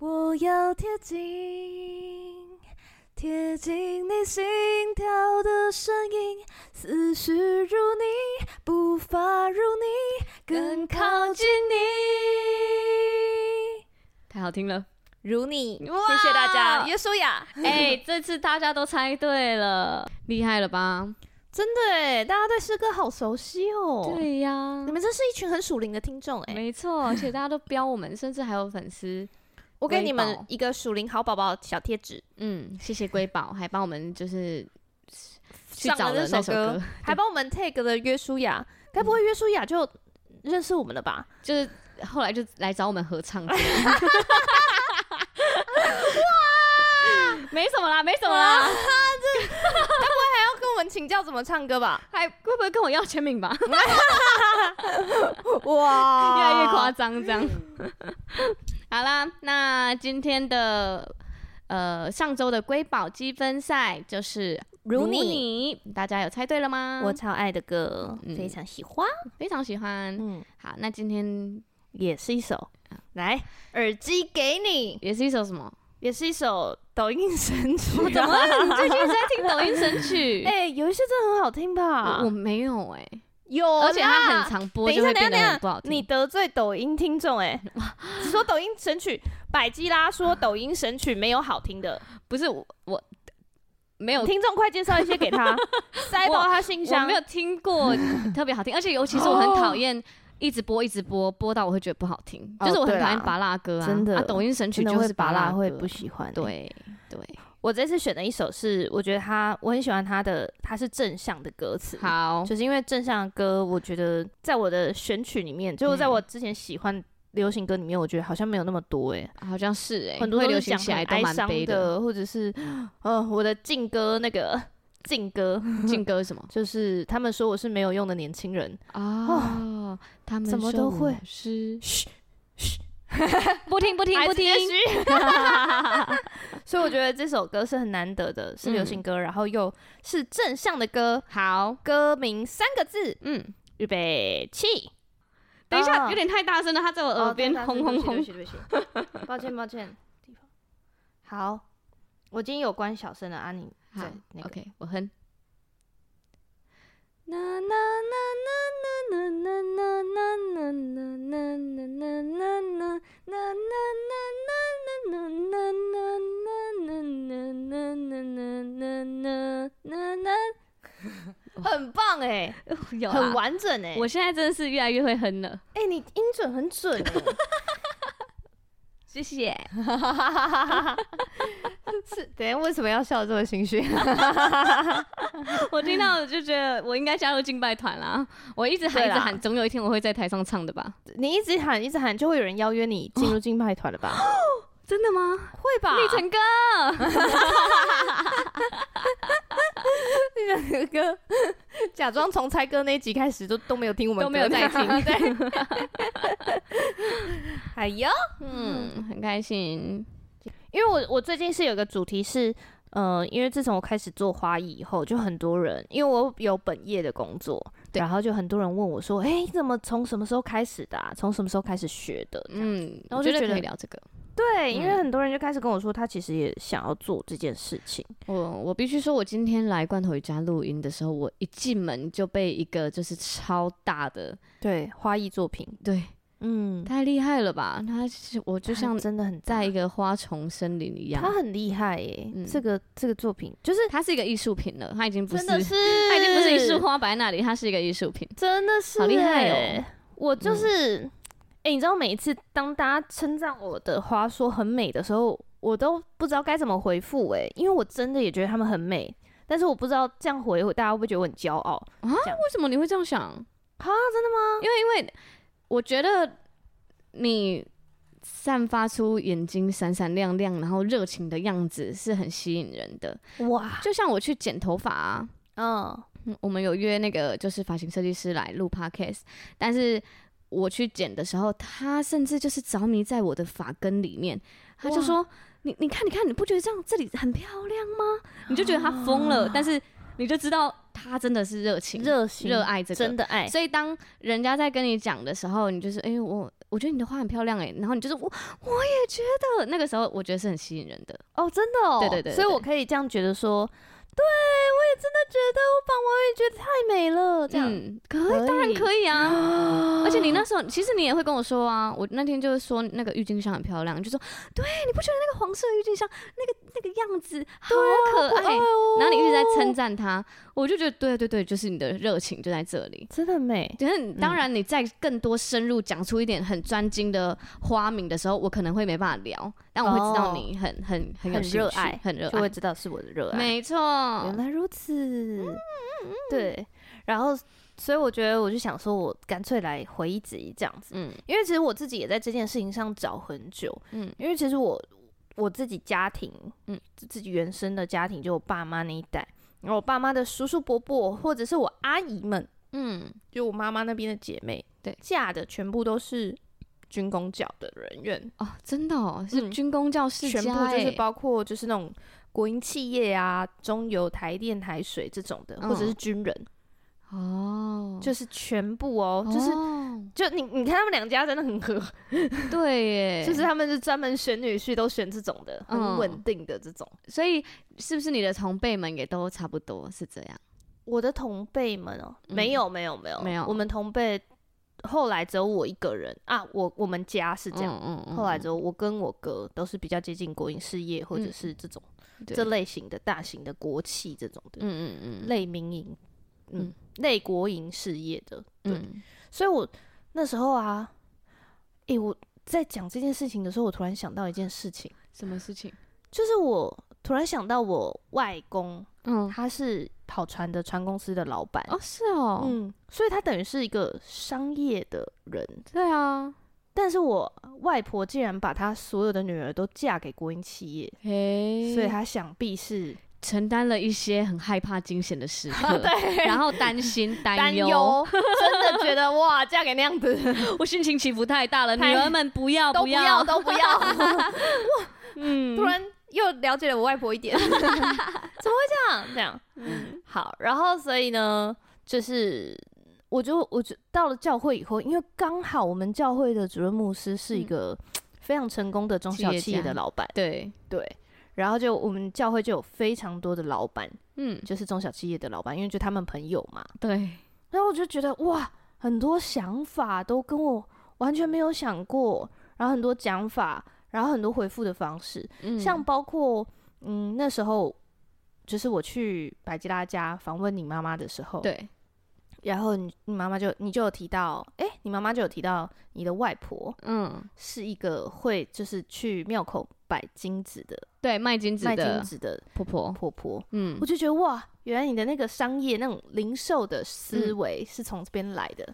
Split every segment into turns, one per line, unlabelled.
我要贴近，贴近你心跳的声音，思绪如你，步伐如你，更靠近你。
太好 听了！
如你，
哇
谢谢大家，耶稣雅，
哎、这次大家都猜对了，厉害了吧？
真的哎，大家对诗歌好熟悉哦。，
对呀、
你们真是一群很属灵的听众哎。
没错，而且大家都标我们，甚至还有粉丝，
我给你
瑰
们
宝
一个属灵好宝宝小贴纸，
嗯，谢谢瑰宝，还帮我们就是去
上
找
了
了
那
那
首
首
歌
歌，
还帮我们 tag 了约书亚，该不会约书亚就认识我们了吧？
就是后来就来找我们合 唱。哇，没什么啦，没什么啦，
要跟我们请教怎么唱歌吧？
还会不会跟我要签名吧？
哇
越来越夸张这样。 好啦，那今天的呃上周的瑰宝积分赛就是
如你
你大家有猜对了吗？
我超爱的歌，
嗯
非常喜欢。
非常喜欢。
嗯，
好，那今天
也是一首，啊来，耳机给你，
也是一首什么？
也是一首抖音神曲、啊
怎么 了？你最近在听抖音神 曲？
哎、有一些真的很好听吧？
我我没有哎、
有啦，
而且它很常播，
等一
就
下，
会
等一下，
变
等
得很
一
不好
下，
听。
你得罪抖音听众 哎、只说抖音神曲，百基拉说抖音神曲没有好听的，
不是我，我没有，
听众快介绍一些给 他，塞到他信
我
箱。
没有 听过特别好听，而且尤其是我很讨厌。一直播一直播，播到我会觉得不好听，
哦
就是我很
对啦
讨厌拔蜡歌啊，
真的
啊，抖音神曲
真的
就是拔
拉
歌
会不喜欢、对。
对对，
我这次选的一首是，我觉得他我很喜欢他的，他是正向的歌词。，
好，
就是因为正向的歌，我觉得在我的选曲里面，就在
嗯
我之前喜欢流行歌里面，我觉得好像没有那么多哎、
好像是哎、
很多
会
都
流
是
行
讲
起
很
来都
哀
蛮
伤
悲的。
的，或者是呃我的劲歌那个劲歌，
劲 歌是什么
就是他们说我是没有用的年轻人，
哦，他们
怎么
说
都
我
会
是 不听不听
还
不
直接，
听
虚 所以我觉得这首歌是很难得的，是流行歌，然后又是正向的歌，
嗯好，
歌名三个字，
嗯，
预备起。
等一下，
哦
有点太大声了，他在我耳边轰轰轰。
啊对不起，抱歉抱歉，地方好，我今天有关小声了啊，你
好
在那个
OK，我哼。啦啦啦啦啦啦啦啦啦啦啦啦啦啦
很棒哎，
有
很
很完。
完整哎，
我现在真的是越来越会哼了，
哎你音准很准哎，
谢谢。
欸是，等一下为什么要笑得这么心虚？
我听到我就觉得我应该加入敬拜团啦，我一直喊
对
一直
啦
喊，总有一天我会在台上唱的吧？
你一直喊一直喊，就会有人邀约你进入竞拍团了吧？
真的吗？
会吧？
立成哥，
那个歌，假装从猜歌那一集开始就都没有听我们
都没有
歌
在听
对， 哎呦，
嗯，很开心。
因为我我最近是有个主题是，呃，因为自从我开始做花艺以后，就很多人，因为我有本业的工作，
对
然后就很多人问我说，哎、怎么从什么时候开始的、啊？从什么时候开始学的？嗯，
嗯，
然后
我
就
觉得
觉
可
得
以聊这个。
对，因为
嗯
很多人就开始跟我说，他其实也想要做这件事情。
我我必须说，我今天来罐头鱼家录音的时候，我一进门就被一个就是超大的，
对，花艺作品，
对，
嗯，
太厉害了吧？他是我就
他
像
真的很啊
在一
个，
个花丛森林一样，
他很厉害耶、
嗯
这个这个作品就是
它是一个艺术品了，它已经不是，
真的是，
它已经不是一束，花摆在那里，它是一个艺术品。
真的是
好厉害哦
耶！我就是，哎、你知道每一次当大家称赞我的花说很美的时候，我都不知道该怎么回复哎、因为我真的也觉得他们很美，但是我不知道这样回大家会不会觉得我很骄傲
为什么你会这样想？
啊？真的吗？
因为因为我觉得你散发出眼睛闪闪亮亮，然后热情的样子是很吸引人的。
哇，
就像我去剪头发、啊，
嗯，
嗯我们有约那个就是发型设计师来录 podcast，但是我去剪的时候，他甚至就是着迷在我的发根里面，他就
哇
说：“你你看你看，你不觉得这样这里很漂亮吗？”你就觉得他疯了，但是你就知道他真的是热情、
热情
热爱这个。
真的爱，
所以当人家在跟你讲的时候，你就是哎、我我觉得你的花很漂亮哎、然后你就是我我也觉得那个时候我觉得是很吸引人的，
哦，真的哦，
对对对对
所以我
对
可以这样觉得说，对我也真的觉得我绑完我也觉得太美了，这样、
嗯，可以，当然可以啊。 而且你那时候，其实你也会跟我说啊，我那天就是说那个郁金香很漂亮，你就说对，你不觉得那个黄色郁金香那个那个样子啊好可爱？嗯
哦
然后你一直在称赞它，我就觉得对对对，就是你的热情就在这里。
真的美，
可是当然，你再更多深入讲出一点很专精的花名的时候，我可能会没办法聊，但我会知道
哦
你很很很有
很
兴趣
热爱
很热
就会
爱。
知道是我的热爱。
没错，
原来如此，
嗯
对。然后，所以我觉得我就想说，我干脆来回忆自己这样子，
嗯
因为其实我自己也在这件事情上找很久，
嗯
因为其实我我自己家庭，
嗯
嗯，自己原生的家庭，就我爸妈那一代，然后我爸妈的叔叔伯伯，或者是我阿姨们，
嗯，
就我妈妈那边的姐妹，
对
嫁的全部都是军工教的人员，
哦，真的哦，是
嗯
军工教世家
全
欸，
部就是包括就是那种国营企业啊、中油、台电、台水这种的，
嗯
或者是军人，
哦，
就是全部哦，就是。
哦
就你，你看他们两家真的很合，
对耶，
就是他们是专门选女婿都选这种的，很
嗯
稳定的这种。
所以是不是你的同辈们也都差不多是这样？
我的同辈们哦、
嗯
没有没有没有
没有
我们同辈后来只有我一个人啊，我我们家是这样。
嗯
后来只有我跟我哥都是比较接近国营事业或者
嗯
是这种、
对
这类型的大型的国企这种的、
嗯嗯嗯
类民营，嗯
嗯，
类国营事业的，
嗯，
所以我那时候啊，诶、我在讲这件事情的时候，我突然想到一件事情，
什么事情？
就是我突然想到我外公
嗯，
他是跑船的船公司的老板，
哦是哦，
嗯，所以他等于是一个商业的人，
对啊，
但是我外婆竟然把她所有的女儿都嫁给国营企业，
嘿，
所以她想必是
承担了一些很害怕惊险的时刻， 对，然后担心担
担
忧，
忧， 真的觉得哇，嫁给那样子
我心情起伏太大了，女
太
儿 们不要
都哦不要
要，
都不 要，哇，
嗯
突然又了解了我外婆一点， 怎么会这样？这样，嗯，好，然后所以呢，就是。我就我就到了教会以后，因为刚好我们教会的主任牧师是一
嗯
个非常成功的中
企
小
业
企业
家
的老板，
对，
对，然后就我们教会就有非常多的老板，
嗯
就是中小企业的老板，因为就他们朋友嘛。
对，
然后我就觉得哇，很多想法都跟我完全没有想过，然后很多讲法，然后很多回复的方式，
嗯
像包括嗯那时候。就是我去百吉拉家访问你妈妈的时候，，
对，
然后你你妈妈就你就有提到，哎、你妈妈就有提到你的外婆
嗯
是一个会就是去庙口摆金子的
对，卖金子
卖金
的
子的
婆婆，
婆婆，
嗯
我，就觉得哇，原来你的那个商业那种零售的
嗯
思维是从这边来的。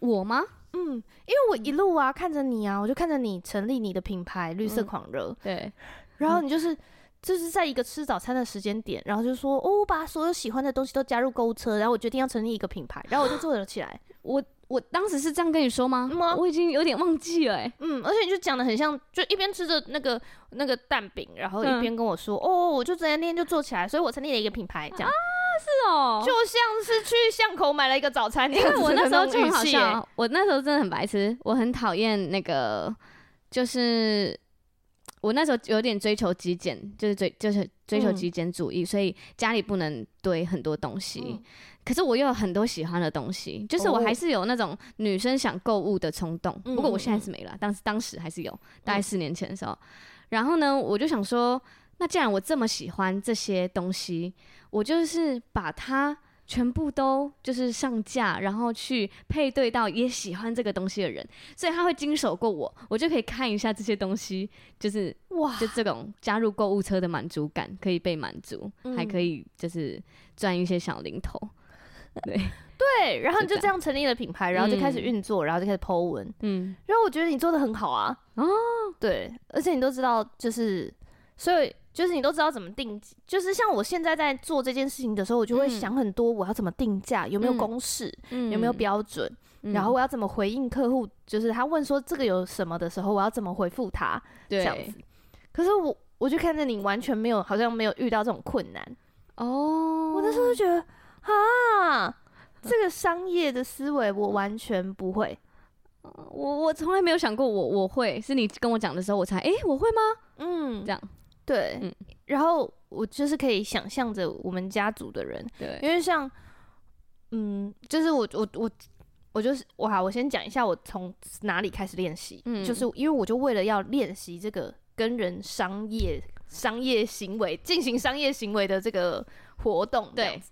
我吗？
嗯，因为我一路啊看着你啊，我就看着你成立你的品牌绿色
嗯
狂热，
对，
然后你就是。就是在一个吃早餐的时间点，然后就说哦，我把所有喜欢的东西都加入购物车，然后我决定要成立一个品牌，然后我就做了起来。
我我当时是这样跟你说吗？
吗
我已经有点忘记了、欸。
嗯，而且你就讲的很像，就一边吃着那个那个蛋饼，然后
嗯
一边跟我说、哦，我就昨天那天就做起来，所以我成立了一个品牌， 这样、
是哦
就像是去巷口买了一个早餐，因
因为 我那时候就很好笑、我那时候真的很白痴，我很讨厌那个，就是我那时候有点追求极简，就是追就是追求
嗯
极简主义、所以家里不能堆很多东西、
嗯
可是我又有很多喜欢的东西，就是我
哦
还是有那种女生想购物的冲动。
嗯
不过我
嗯
现在
嗯
是没了，当时当时还是有，大概
嗯
四年前的时候。然后呢，我就想说，那既然我这么喜欢这些东西，我就是把它全部都就是上架，然后去配对到也喜欢这个东西的人，所以他会经手过我，我就可以看一下这些东西， 就是
哇，
就这种加入购物车的满足感可以被满足，还可
嗯
以就是赚一些小零头。对，
对，然后
是
你就
这
这样成立了品牌，然后就开始
嗯
运作，然后就开始 Po 文，
嗯，
然后我觉得你做的很好啊，
哦，
对，而且你都知道，就是所以就是你都知道怎么定，就是像我现在在做这件事情的时候，我就会
嗯
想很多，我要怎么定价，有没有
嗯
公式，
嗯
有没有标准，然后我要怎么回应客户，就是他问说这个有什么的时候，我要怎么回复他这
这
样子，可是我我就看着你完全没有，好像没有遇到这种困难，
哦，
我那时候就觉得啊，这个商业的思维我完全不会，
呃我我从来没有想过我我会，是你跟我讲的时候我才，诶，我会吗？
嗯，
这样
对，
嗯
然后我就是可以想象着我们家族的人，因
对，
为像，嗯，就是我我我我就是我好，我先讲一下我从哪里开始练习，
嗯
就是因为我就为了要练习这个跟人商业商业行为进行商业行为的这个活动，
对，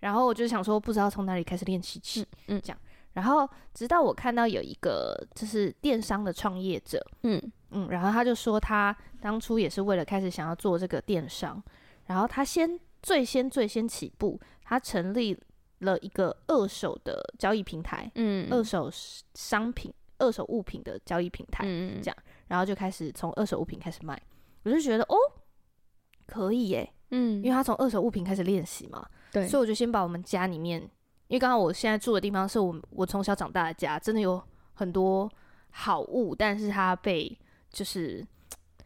然后我就想说不知道从哪里开始练习起，
嗯嗯
这样，然后直到我看到有一个就是电商的创业者，
嗯
嗯，然后他就说他当初也是为了开始想要做这个电商，然后他先最先最先起步，他成立了一个二手的交易平台，
嗯
二手商品、二手物品的交易平台，
嗯
这样然后就开始从二手物品开始卖。我就觉得哦，可以耶，
嗯
因为他从二手物品开始练习嘛，
对，
所以我就先把我们家里面，因为刚刚我现在住的地方是我我从小长大的家，真的有很多好物，但是它被就是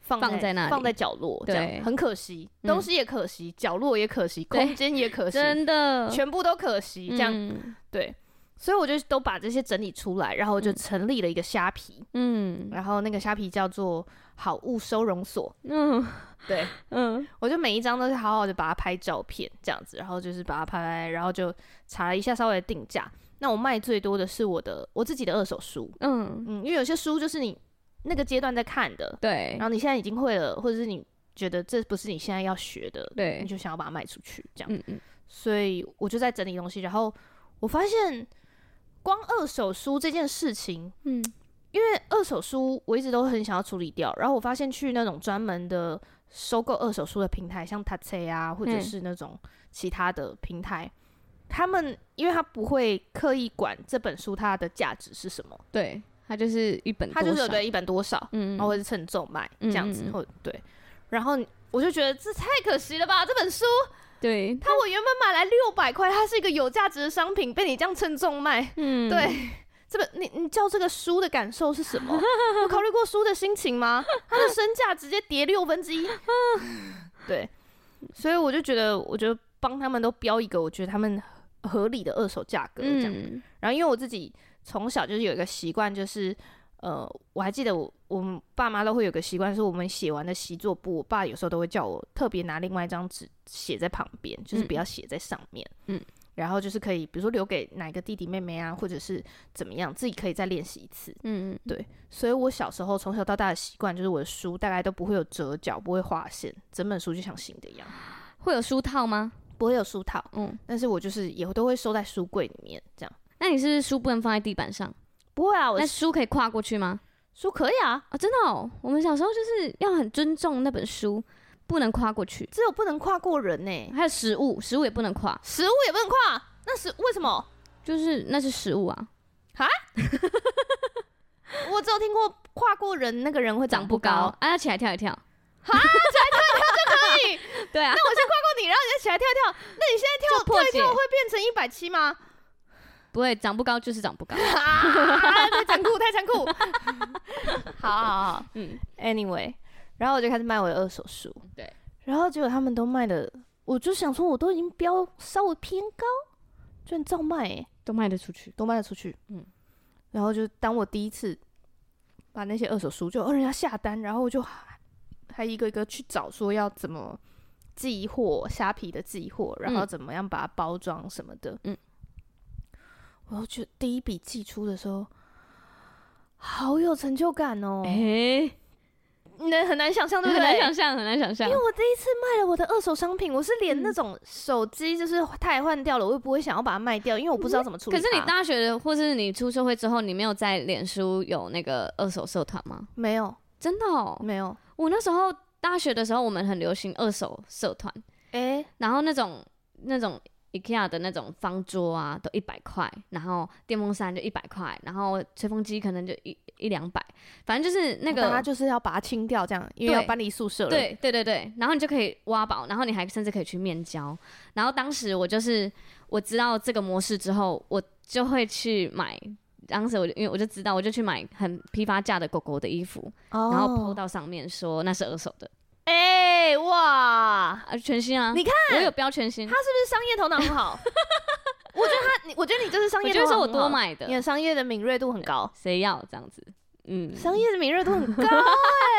放
放在那里
放在角落，这
对
样很可惜，
嗯
东西也可惜，角落也可惜，
对
空间也 可惜，
真的
全部都可惜，这样、
嗯
对。所以我就都把这些整理出来，然后我就
嗯
成立了一个虾皮，
嗯
然后那个虾皮叫做好物收容所，
嗯
对，
嗯
我就每一张都是好好的把它拍照片这样子，然后就是把它拍拍，然后就查了一下稍微的定价。那我卖最多的是我的我自己的二手书，
嗯，
嗯，因为有些书就是你那个阶段在看的，
对
然后你现在已经会了，或者是你觉得这不是你现在要学的，
对
你，就想要把它卖出去这样。
嗯嗯
所以我就在整理东西，然后我发现光二手书这件事情
嗯
二手书我一直都很想要处理掉，然后我发现去那种专门的收购二手书的平台，像 t a t e
嗯
啊，或者是那种其他的平台，他们因为他不会刻意管这本书它的价值是什么，
对，它就是一本多
他
少，
就是有对一本多少，
嗯，嗯
然后或者称重卖这样
嗯嗯
子，
嗯
或对，然后我就觉得这太可惜了吧，这本书
对，
它我原本买来六百块，它是一个有价值的商品，被你这样称重卖，
嗯
对，这本你你叫这个书的感受是什么？有考虑过书的心情吗？它的身价直接跌六分之一。对，所以我就觉得，我觉得帮他们都标一个我觉得他们合理的二手价格这样。
嗯
然后因为我自己从小就是有一个习惯，就是呃，我还记得我我们爸妈都会有个习惯，是我们写完的习作簿，我爸有时候都会叫我特别拿另外一张纸写在旁边，就是不要写在上面。
嗯，
然后就是可以，比如说留给哪个弟弟妹妹啊，或者是怎么样，自己可以再练习一次。
嗯
所以我小时候从小到大的习惯就是，我的书大概都不会有折角，不会划线，整本书就像新的一样，
会有书套吗？
不会有书套。
嗯，
但是我就是也都会收在书柜里面，这样
那你是不是书不能放在地板上？
不会啊，我
那书可以跨过去吗？
书可以啊，
啊，真的哦，我们小时候就是要很尊重那本书，不能跨过去。
只有不能跨过人呢、
还有食物，食物也不能跨，
食物也不能跨，那是为什么？
就是那是食物啊，
我只有听过跨过人那个人会长
长
不
不
高，
高啊，要起来跳一跳。
对，
对啊，
那我先跨过你，然后哎你再起来跳一跳，那你现在跳
就破
跳一
解
跳会变成一百七吗？
不会长不高就是长 不高。
啊，太残酷，太残酷。 好好好
嗯，
，Anyway，然后我就开始卖我的二手书，
对，
然后结果他们都卖的，我就想说我都已经标稍微偏高，居然照卖、欸，
都卖得出去。
都卖得出去。嗯
嗯，
然后就当我第一次把那些二手书就哦人家下单，然后我就还还一个一个去找说要怎么寄货，虾皮的寄货，然后
嗯
怎么样把它包装什么的。嗯
嗯，
我就觉得第一笔寄出的时候。好有成就感哦！
哎、
你能很难想象，对不
很
对？
难想象，很难想象
因。为我第一次卖了我的二手商品，我是连那种手机就是太换掉了，我也不会想要把它卖掉，因为我不知道怎么处理
可
它。
是你大学的或是你出社会之后，你没有在脸书有那个二手社团吗？
没有
真的哦，
没有
我那时候大学的时候，我们很流行二手社团，
哎、
然后那种那种 IKEA 的那种方桌啊，都一百块，然后电风扇就一百块，然后吹风机可能就一一两百，反正就是那
他
个。
哦就是要把它清掉，这样，因为
对
要搬离宿舍了。，
对对对对，然后你就可以挖宝，然后你还甚至可以去面交。然后当时我就是我知道这个模式之后，我就会去买。当时我就因为我就知道，我就去买很批发价的狗狗的衣服，
哦
然后抛
到
到上面说那是二手的，
哎、哇，
啊全新啊！
你看哦
我有标全新
他，是不是商业头脑很好？他你我觉得你这是商
我
业
就
的
会
话
说我
很好
多，买
你
的，
的商业的敏锐度很高，
谁要这样子？嗯，
商业的敏锐度 很高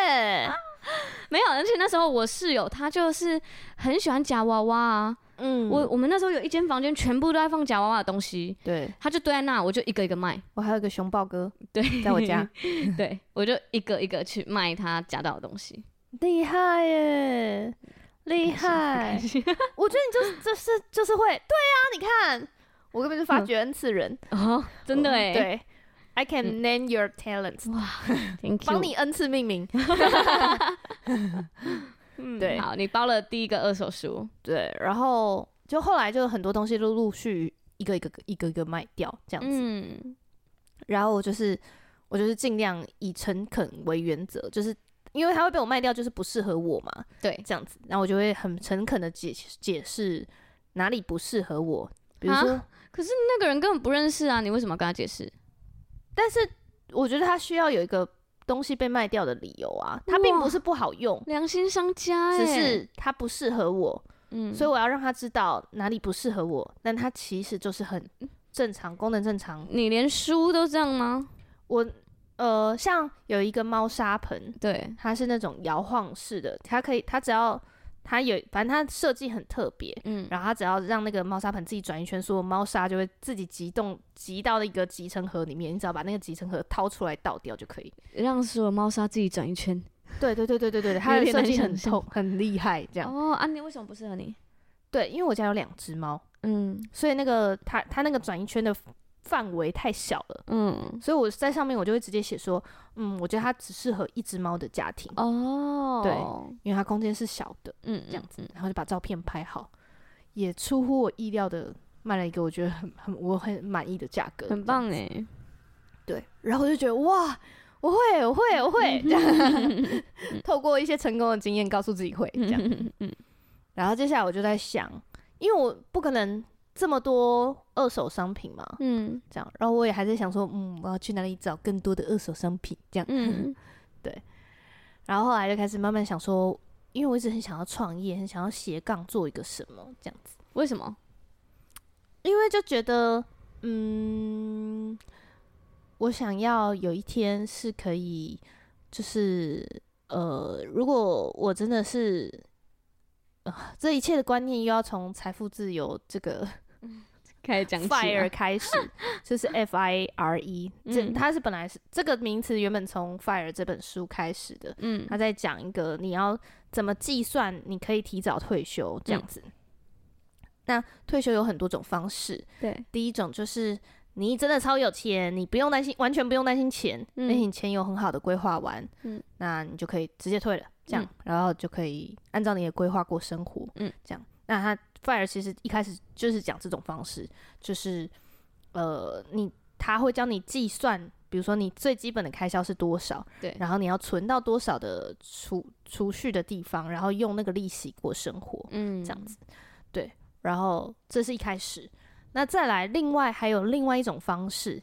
哎、
没有，而且那时候我室友她就是很喜欢夹娃娃啊，
嗯，
我我们那时候有一间房间全部都在放夹娃娃的东西，
对
她就堆在那，我就一个一 个卖，
我还有一个熊抱哥
对，
在我家，
对我就一个一个去卖她夹到的东西，
厉害耶，厉害！我觉得你就是就是就是会，对啊，你看我根本就发掘恩赐人，
哦，嗯真的嗯
我
哎，
对，I can name your talents，
，Thank you，
帮你恩赐命名，
嗯
对
好，你包了第一个二手书，
对，然后就后来就很多东西都陆续一个一个一个一个卖掉这样子，
嗯，
然后我就是我就是尽量以诚恳为原则，就是因为它会被我卖掉，就是不适合我嘛，
对，
这样子，然后我就会很诚恳的解解释哪里不适合我，比如
啊
说。
可是那个人根本不认识啊，你为什么要跟他解释？
但是我觉得他需要有一个东西被卖掉的理由啊，它并不是不好用，
良心商家哎，
只是它不适合我，
嗯，
所以我要让他知道哪里不适合我。但它其实就是很正常，功能正常。
你连书都这样吗？
我呃，像有一个猫砂盆，
对，
它是那种摇晃式的，它可以，它只要它有，反正它设计很特别。
嗯，
然后它只要让那个猫砂盆自己转一圈，所有猫砂就会自己集动集到一个集成盒里面。你只要把那个集成盒掏出来倒掉就可以。
让所有猫砂自己转一圈。
对对对对对 对，它
有
的
点
设
难
计
想
很
象
透很厉害，这样。
哦，啊，你为什么不适合你？
对，因为我家有两只猫，
嗯
所以那个它它那个转一圈的范围太小了，
嗯，
所以我在上面我就会直接写说，嗯，我觉得它只适合一只猫的家庭，
哦，
因为它空间是小的，
对，嗯，
这样子，然后就把照片拍好，也出乎我意料的卖了一个我觉得很很我很满意的价格，
很
这样
棒
子。
哎，
对，然后我就觉得哇，我会，我会，我会，这样 透过一些成功的经验告诉自己会这样。
嗯
然后接下来我就在想，因为我不可能这么多二手商品嘛，
嗯
这样，然后我也还在想说，嗯，我要去哪里找更多的二手商品这样。
嗯，
然后后来就开始慢慢想说，因为我一直很想要创业，很想要斜杠做一个什么这样子，
为什么？
因为就觉得，嗯，我想要有一天是可以，就是呃，如果我真的是。呃这一切的观念又要从财富自由这个
开始讲起啊
fire
来，
开始，就是 F I R E，这
嗯
它是本来是这个名词原本从 fire 这本书开始的，
嗯
他在讲一个你要怎么计算你可以提早退休这样子。那退休有很多种方式，
对，
第一种就是你真的超有钱，你不用担心，完全不用担心钱，
嗯
而哎且你钱有很好的规划完，
嗯
那你就可以直接退了，这样，
嗯
然后就可以按照你的规划过生活，
嗯，
这样。那他 fire 其实一开始就是讲这种方式，就是呃，你他会教你计算，比如说你最基本的开销是多少，
对
然后你要存到多少的储储蓄的地方，然后用那个利息过生活，
嗯，
这样子。对，然后这是一开始。那再来，另外还有另外一种方式，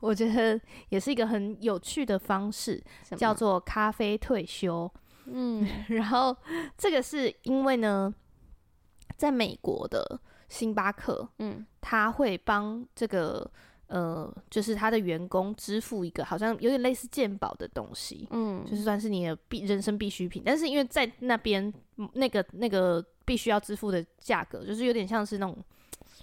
我觉得也是一个很有趣的方式，
什么
叫做咖啡退休。
嗯
然后这个是因为呢，在美国的星巴克，
嗯
他会帮这个呃，就是他的员工支付一个好像有点类似健保的东西，
嗯，
就是算是你的必人生必需品，但是因为在那边嗯那个那个必须要支付的价格，就是有点像是那种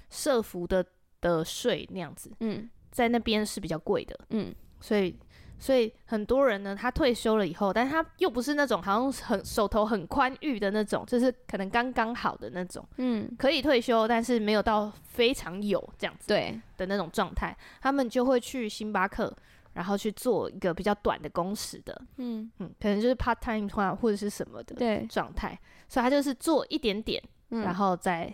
社服的的税那样子，
嗯
在那边是比较贵的，
嗯
所以所以很多人呢，他退休了以后，但是他又不是那种好像很手头很宽裕的那种，就是可能刚刚好的那种，
嗯，
可以退休，但是没有到非常有这样子。
对，
的那种状态，他们就会去星巴克，然后去做一个比较短的工时的，
嗯
嗯，可能就是 part time 或或者是什么的
对，嗯
状态，所以他就是做一点点，嗯然后再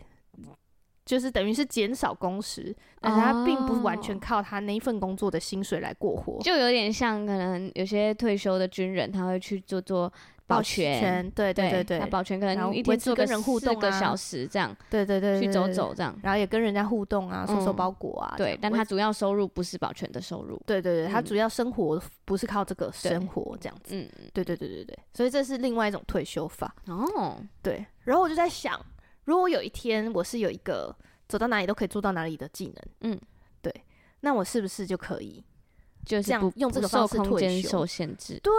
就是等于是减少工时，但是他并不完全
哦
靠他那一份工作的薪水来过活。
就有点像可能有些退休的军人，他会去做做保全，
全，对对对对
那保全可
然后
能一
维
天
持
做个
跟人互
四
动
个
啊
小时这样，
对对对，
去
对
走，
对
走这样。
然后也跟人家互动啊，收收
嗯
包裹啊，这
对
样，
但
维
他主要收入不是保全的收入。
对对对，他
嗯
主要生活不是靠这个生活这样子，
嗯，
对对对对对，所以这是另外一种退休法。
哦，
对，然后我就在想，如果有一天我是有一个走到哪里都可以做到哪里的技能，
嗯，
对，那我是不是就可以？
就
这
是
样
不
用这个
不
方
受
式
空
退
间
休
受限制。嗯
对，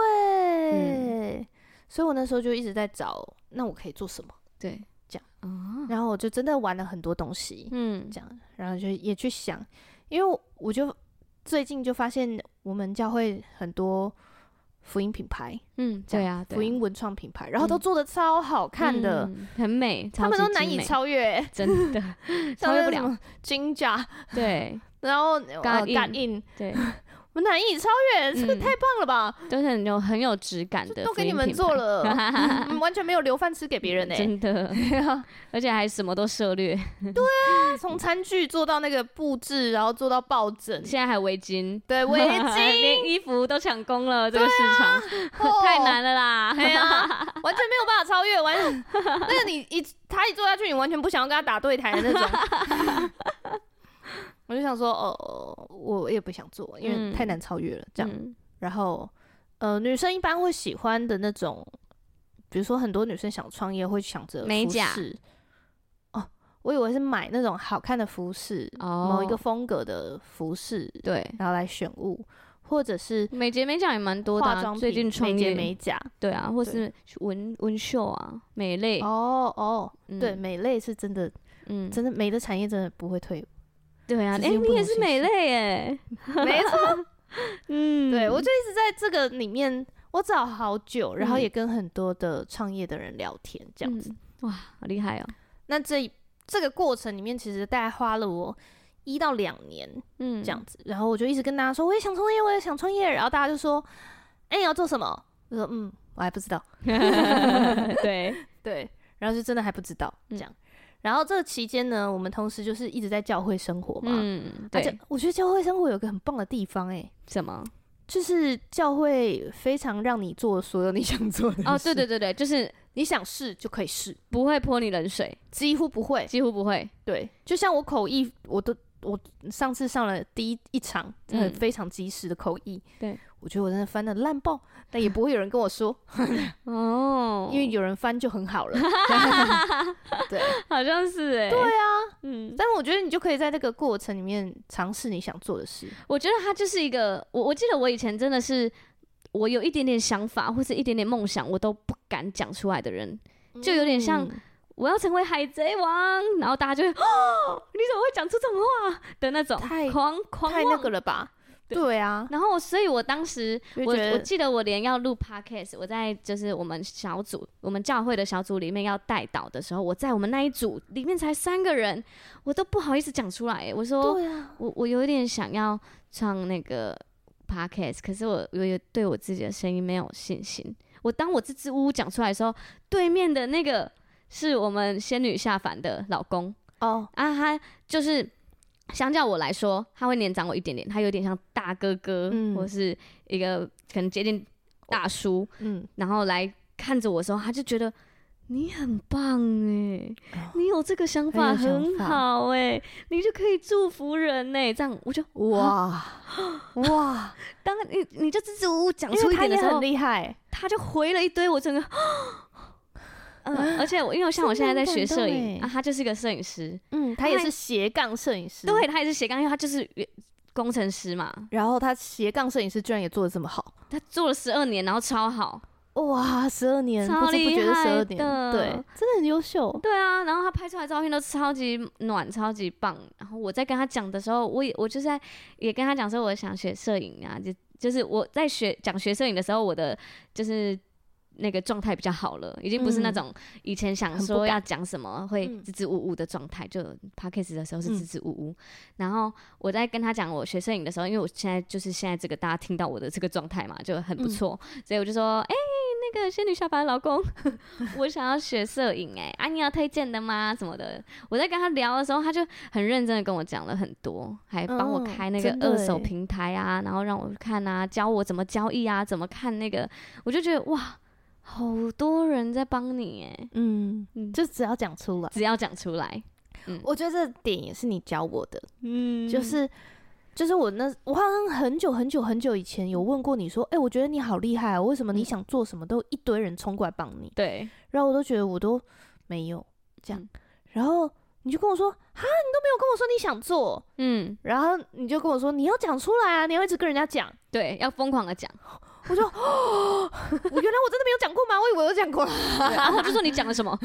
嗯所以我那时候就一直在找，那我可以做什么？
对，
这样
啊，
然后我就真的玩了很多东西，
嗯，
这样，然后就也去想，因为我我就最近就发现我们教会很多福音品牌，
嗯，
这
对啊，对啊
福音文创品牌，然后都
嗯
做的超好看的，
嗯很美，
他们
超
都
级
难以
精美，
超 越，
真 的超越不了。
金甲，
对
然后
God
呃 God in，
对，
我难以超越，这个
嗯
太棒了吧！
都是很有很有质感的，
都给你们做。了，嗯完全没有留饭吃给别人呢、欸
真的，
对啊，
而且还什么都 涉略，
从餐具做到那个布置，然后做到抱 枕，
现在还有围巾，
对围 巾，
连衣服都抢攻了，这个市场、
哦
太难 了啦。
哎 呀，完全没有办法超越，完全那个你一他一坐下去，你完全不想要跟他打对台的那种。 我就想说，哦，我也不想做，因为
嗯
太难超越了，这样。
嗯
然后，呃，女生一般会喜欢的那种，比如说很多女生想创业会想着
美
服
甲
饰。哦，我以为是买那种好看的服饰，
哦
某一个风格的服饰，
对，
然后来选物，或者是
美睫美甲也蛮 多的、
化
啊，
妆
最
品
近创
美睫
业
美甲。
对啊，或
对
是纹纹绣啊，美类，
哦哦，
嗯
对，，美类是真的，
嗯，
真的美的产业真的不会 退。
对啊，
只
哎、
是用不
你也
同
是
形
美
式
类哎，
没错，
嗯，
对我就一直在这个里面，我找好久，然后
嗯
也跟很多的创业的人聊天，这样子。
嗯哇，好厉害哦，
那这这个过程里面，其实大概花了我一到两年
嗯，
这样 子，然后我就一直跟大家说，我也想创业，我也想创业，然后大家就说，哎、你要做什么？我说，嗯，我还不知道。
对，
对，然后就真的还不知道这
嗯
样。然后这期间呢，我们同时就是一直在教会生活嘛，
嗯，
而且
对，
我觉得教会生活有个很棒的地方、哎。
什么？
就是教会非常让你做所有你想做的
哦，
事
对对对对，就是
你想试就可以试，
不会泼你冷水，
几乎不会。
几乎不会，
对，就像我口译，我都我上次上了第一一场
嗯
很非常及时的口译，
对
我觉得我真的翻的烂爆，但也不会有人跟我 说，
哦，
因为有人翻就很好 了。对，
好像是哎，对啊，嗯，
但我觉得你就可以在这个过程里面尝试你想做的事。
我觉得它就是一个，我我记得我以前真的是，我有一点点想法或是一点点梦想，我都不敢讲出来的人。就有点像
嗯
我要成为海贼王，然后大家就会哦，你怎么会讲出这种话的那种
太
狂狂
太那
妄
个了吧？
对
对啊，
然后，所以我当时
就
我
觉得
我记得我连要录 podcast，我在就是我们小组，我们教会的小组里面要带导的时候，我在我们那一组里面才三个人，我都不好意思讲出来欸。我说
对啊，
我我有一点想要唱那个 podcast，可是我我有对我自己的声音没有信心。我当我支支吾吾讲出来的时候，对面的那个是我们仙女下凡的老公，
哦，
啊，他就是相较我来说，他会年长我一点点，他有点像大哥哥，
嗯
或是一个可能接近大叔，
嗯，
然后来看着我的时候，他就觉得。你很棒哎、
哦
你有这个想法
很有想
很
法
好哎、你就可以祝福人哎、这样我就
哇 哇，
当你你就支支吾吾讲
因
出
为
一
他
点的
也
时
很，
候
厉害，
他就回了一堆，我 整个，嗯，而且我因为像我现在在学
真的
摄
很感动
影
欸
啊，他就是一个摄影师，
嗯，他也是斜杠摄影师，
对，他也是斜杠，因为他就是原工程师嘛，
然后他斜杠摄影师居然也做的这么好，
他做了十二年，然后超好。
哇，十二年，
超
不知不觉
厉害
十二年，
的
对，真的很优秀，
对啊，然后他拍出来的照片都超级暖，超级棒。然后我在跟他讲的时候，我也我就在也跟他讲说，我想学摄影啊，就就是我在学讲学摄影的时候，我的就是那个状态比较好了，已经不是那
嗯
种以前想
很不
说
敢
要讲什么会
嗯
支支吾吾的状态，就 p o d c a s t 的时候是
嗯
支支吾吾。然后我在跟他讲我学摄影的时候，因为我现在就是现在这个大家听到我的这个状态嘛，就很不
嗯
错，所以我就说，哎、那个仙女下凡老公， 我想要学摄影、哎，啊，你要推荐的吗？什么的。我在跟他聊的时候，他就很认真的跟我讲了很多，还帮我
哦
开那个
真的
二手
欸
平台啊，然后让我看啊，教我怎么交易啊，怎么看那个，我就觉得哇，好多人在帮你、哎，
嗯，
嗯
就只要讲出来，
只要讲出来，
我觉得这点也是你教我的，
嗯
就是。就是我那，我好像很久很久很久以前有问过你说，哎、我觉得你好厉害、啊，为什么你
嗯
想做什么都一堆人冲过来帮你？
对，
然后我都觉得我都没有这样，
嗯
然后你就跟我说哈，你都没有跟我说你想做，
嗯，
然后你就跟我说你要讲出来啊，你要一直跟人家讲。
对，要疯狂的讲。
我就哦，我原来我真的没有讲过吗？我以为我有讲过啊了。
然啊后我就说你讲了什么，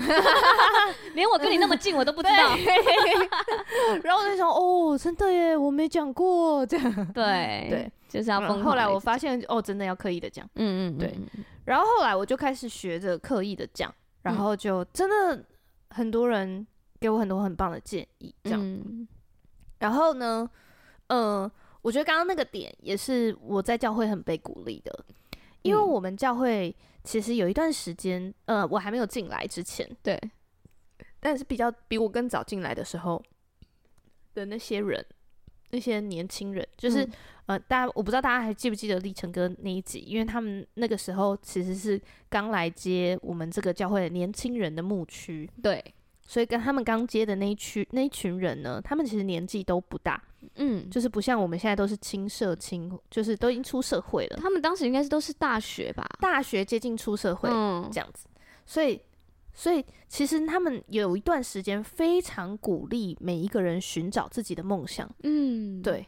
连我跟你那么近我都不知道。
然后我就想，哦，真的耶，我没讲过这样。
对
对，嗯
就是要疯狂。
后来我，发现，哦，真的要刻意的讲。
嗯嗯，
对然后后来我就开始学着刻意的讲，然后就真的很多人给我很多很棒的建议，这样。
嗯
然后呢，嗯、我觉得刚刚那个点也是我在教会很被鼓励的，因为
嗯
我们教会其实有一段时间，呃，我还没有进来之前，
对，
但是比较比我更早进来的时候的那些人，那些年轻人，就是、
嗯
呃，大家我不知道大家还记不记得立成哥那一集，因为他们那个时候其实是刚来接我们这个教会的年轻人的牧区，
对，
所以跟他们刚接的那一区那一群人呢，他们其实年纪都不大，
嗯，
就是不像我们现在都是青社青，就是都已经出社会了，
他们当时应该是都是大学吧？
大学接近出社会、
嗯
这样子，所以所以其实他们有一段时间非常鼓励每一个人寻找自己的梦想，
嗯，，
对，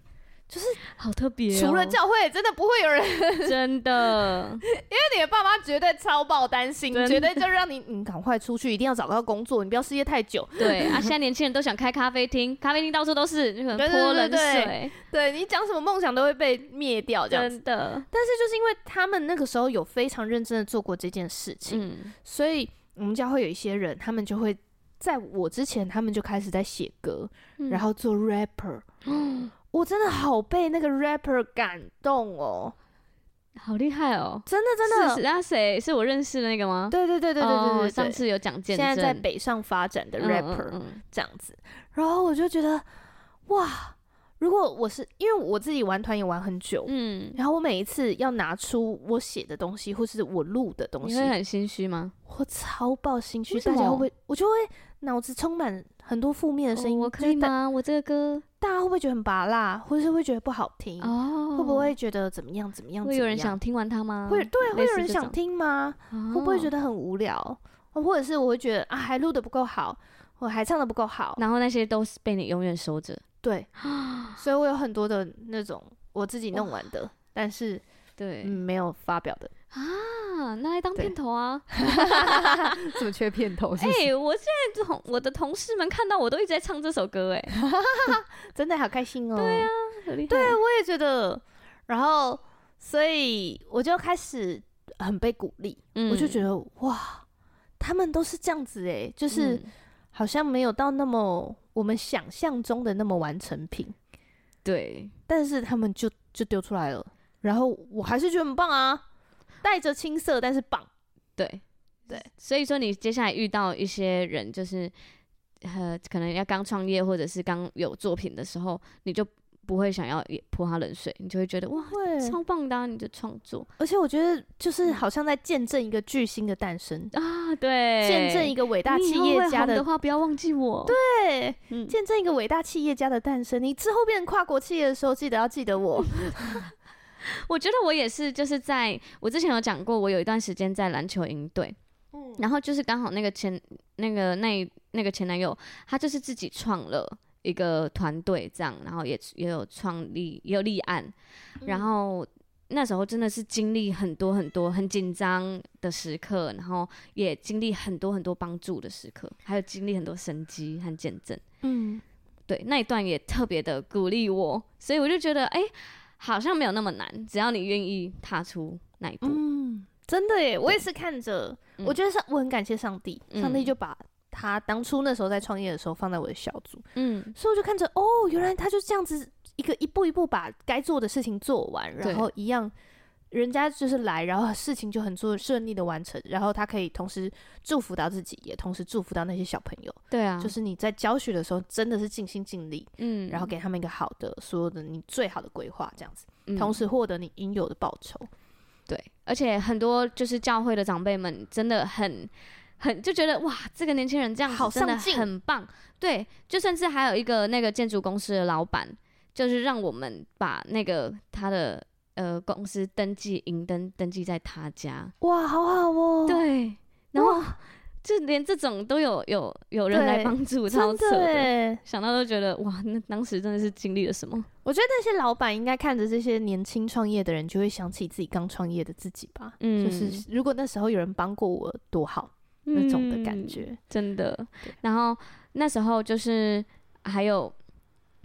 就是
好特别哦。
除了教会，真的不会有人
真的，
你的爸妈绝对超爆担心，
真的
绝对就让你你赶快出去，一定要找到工作，你不要失业太久。
对啊，现在年轻人都想开咖啡厅，咖啡厅到处都是，那个
对对
泼冷
对对
水，
对你讲什么梦想都会被灭掉这样子。
真的，
但是就是因为他们那个时候有非常认真的做过这件事情，
嗯
所以我们教会有一些人，他们就会在我之前，他们就开始在写歌，
嗯
然后做 rapper。我 真的好被那个 rapper 感动哦，
好厉害哦。
真的真的，
是是那谁是我认识的那个吗？
对对对对对对
哦
对，
上
对
次有讲见
现
证，
在在北上发展的
嗯
rapper，、
嗯嗯
这样子。然后我就觉得，哇，如果我是因为我自己玩团也玩很久，
嗯，
然后我每一次要拿出我写的东西或是我录的东
你
西，
会很心虚吗？
我超爆心虚，
为什
大
么
家会不会？我就会脑子充满很多负面的声音，
哦我
就
可
是
以
大？
吗？我这个歌
大家会不会觉得很拔辣，或是会觉得不好听？
哦，
会不会觉得怎么样怎么样？
会有人
怎么样
想？听完它吗？
会对，会
类
有
似
人
这
想
种，
听吗？会
会
不会觉？得很无聊？哦或者是我会觉得啊，还录的不够好，我还唱的不够好，
然后那些都是被你永远 收着，
对，所以我有很多的那种我自己弄完的，但是、
对
嗯、没有发表 的，
啊，拿来当
对
片 头啊！
这么缺片头
哎、我现在同我的同事们看到我都一直在唱这首歌、哎，
真的好开心哦。对啊，
很厉害。
哦对我也觉得。然后，所以我就开始很被鼓励，
嗯
我就觉得哇，他们都是这样子哎、就是
嗯
好像没有到那么我们想象中的那么完成品，
对，
但是他们就就丢出来了，然后我还是觉得很棒啊，带着青涩但是棒。
对
对，
所以说你接下来遇到一些人，就是呃，可能要刚创业或者是刚有作品的时候，你就不会想要也泼他冷水，你就会嗯觉得哇，
会
超棒的、啊，你的创作
而且我觉得就是好像在见证一个巨星的诞生，
啊，对，
见证一个伟大
你以
企
后
业
会
家
红的
的
话，不要忘记我。嗯
对，
对，
见证一个伟大企业家的诞生。你之后变成跨国企业的时候，记得要记得我。
我觉得我也是，就是在我之前有讲过，我有一段时间在篮球营队，
嗯，
然后就是刚好那个前那个那那个前男友，他就是自己创了一个团队这样，然后也也有创立也有立案，然后那时候真的是经历很多很多很紧张的时刻，然后也经历很多很多帮助的时刻，还有经历很多神机和见证。
嗯，
对那一段也特别的鼓励我，所以我就觉得，哎、好像没有那么难，只要你愿意踏出那一步。
嗯，真的耶，我也是看着，
嗯
我觉得上我很感谢上帝，
嗯
上帝就把他当初那时候在创业的时候放在我的小组，
嗯，
所以我就看着，哦，原来他就这样子一个一步一步把该做的事情做完，
对
然后一样。人家就是来，然后事情就很做顺利的完成，然后他可以同时祝福到自己，也同时祝福到那些小朋友。
对啊，
就是你在教学的时候，真的是尽心尽力，
嗯，
然后给他们一个好的所有的你最好的规划，这样子，
嗯
同时获得你应有的报酬。
对，而且很多就是教会的长辈们真的很很就觉得哇，这个年轻人这样子
好
真的
上进
很棒。对，就甚至还有一个那个建筑公司的老板，就是让我们把那个他的呃公司登记银登登记在他家。
哇，好好哦。
对，然后就连这种都有有有人
对
来帮助，超
真
扯
的
的。
耶。
想到都觉得哇，那当时真的是经历了什么？
我觉得那些老板应该看着这些年轻创业的人，就会想起自己刚创业的自己吧。
嗯
就是如果那时候有人帮过我，多好那种的感觉。
嗯真的
对。
然后那时候就是还有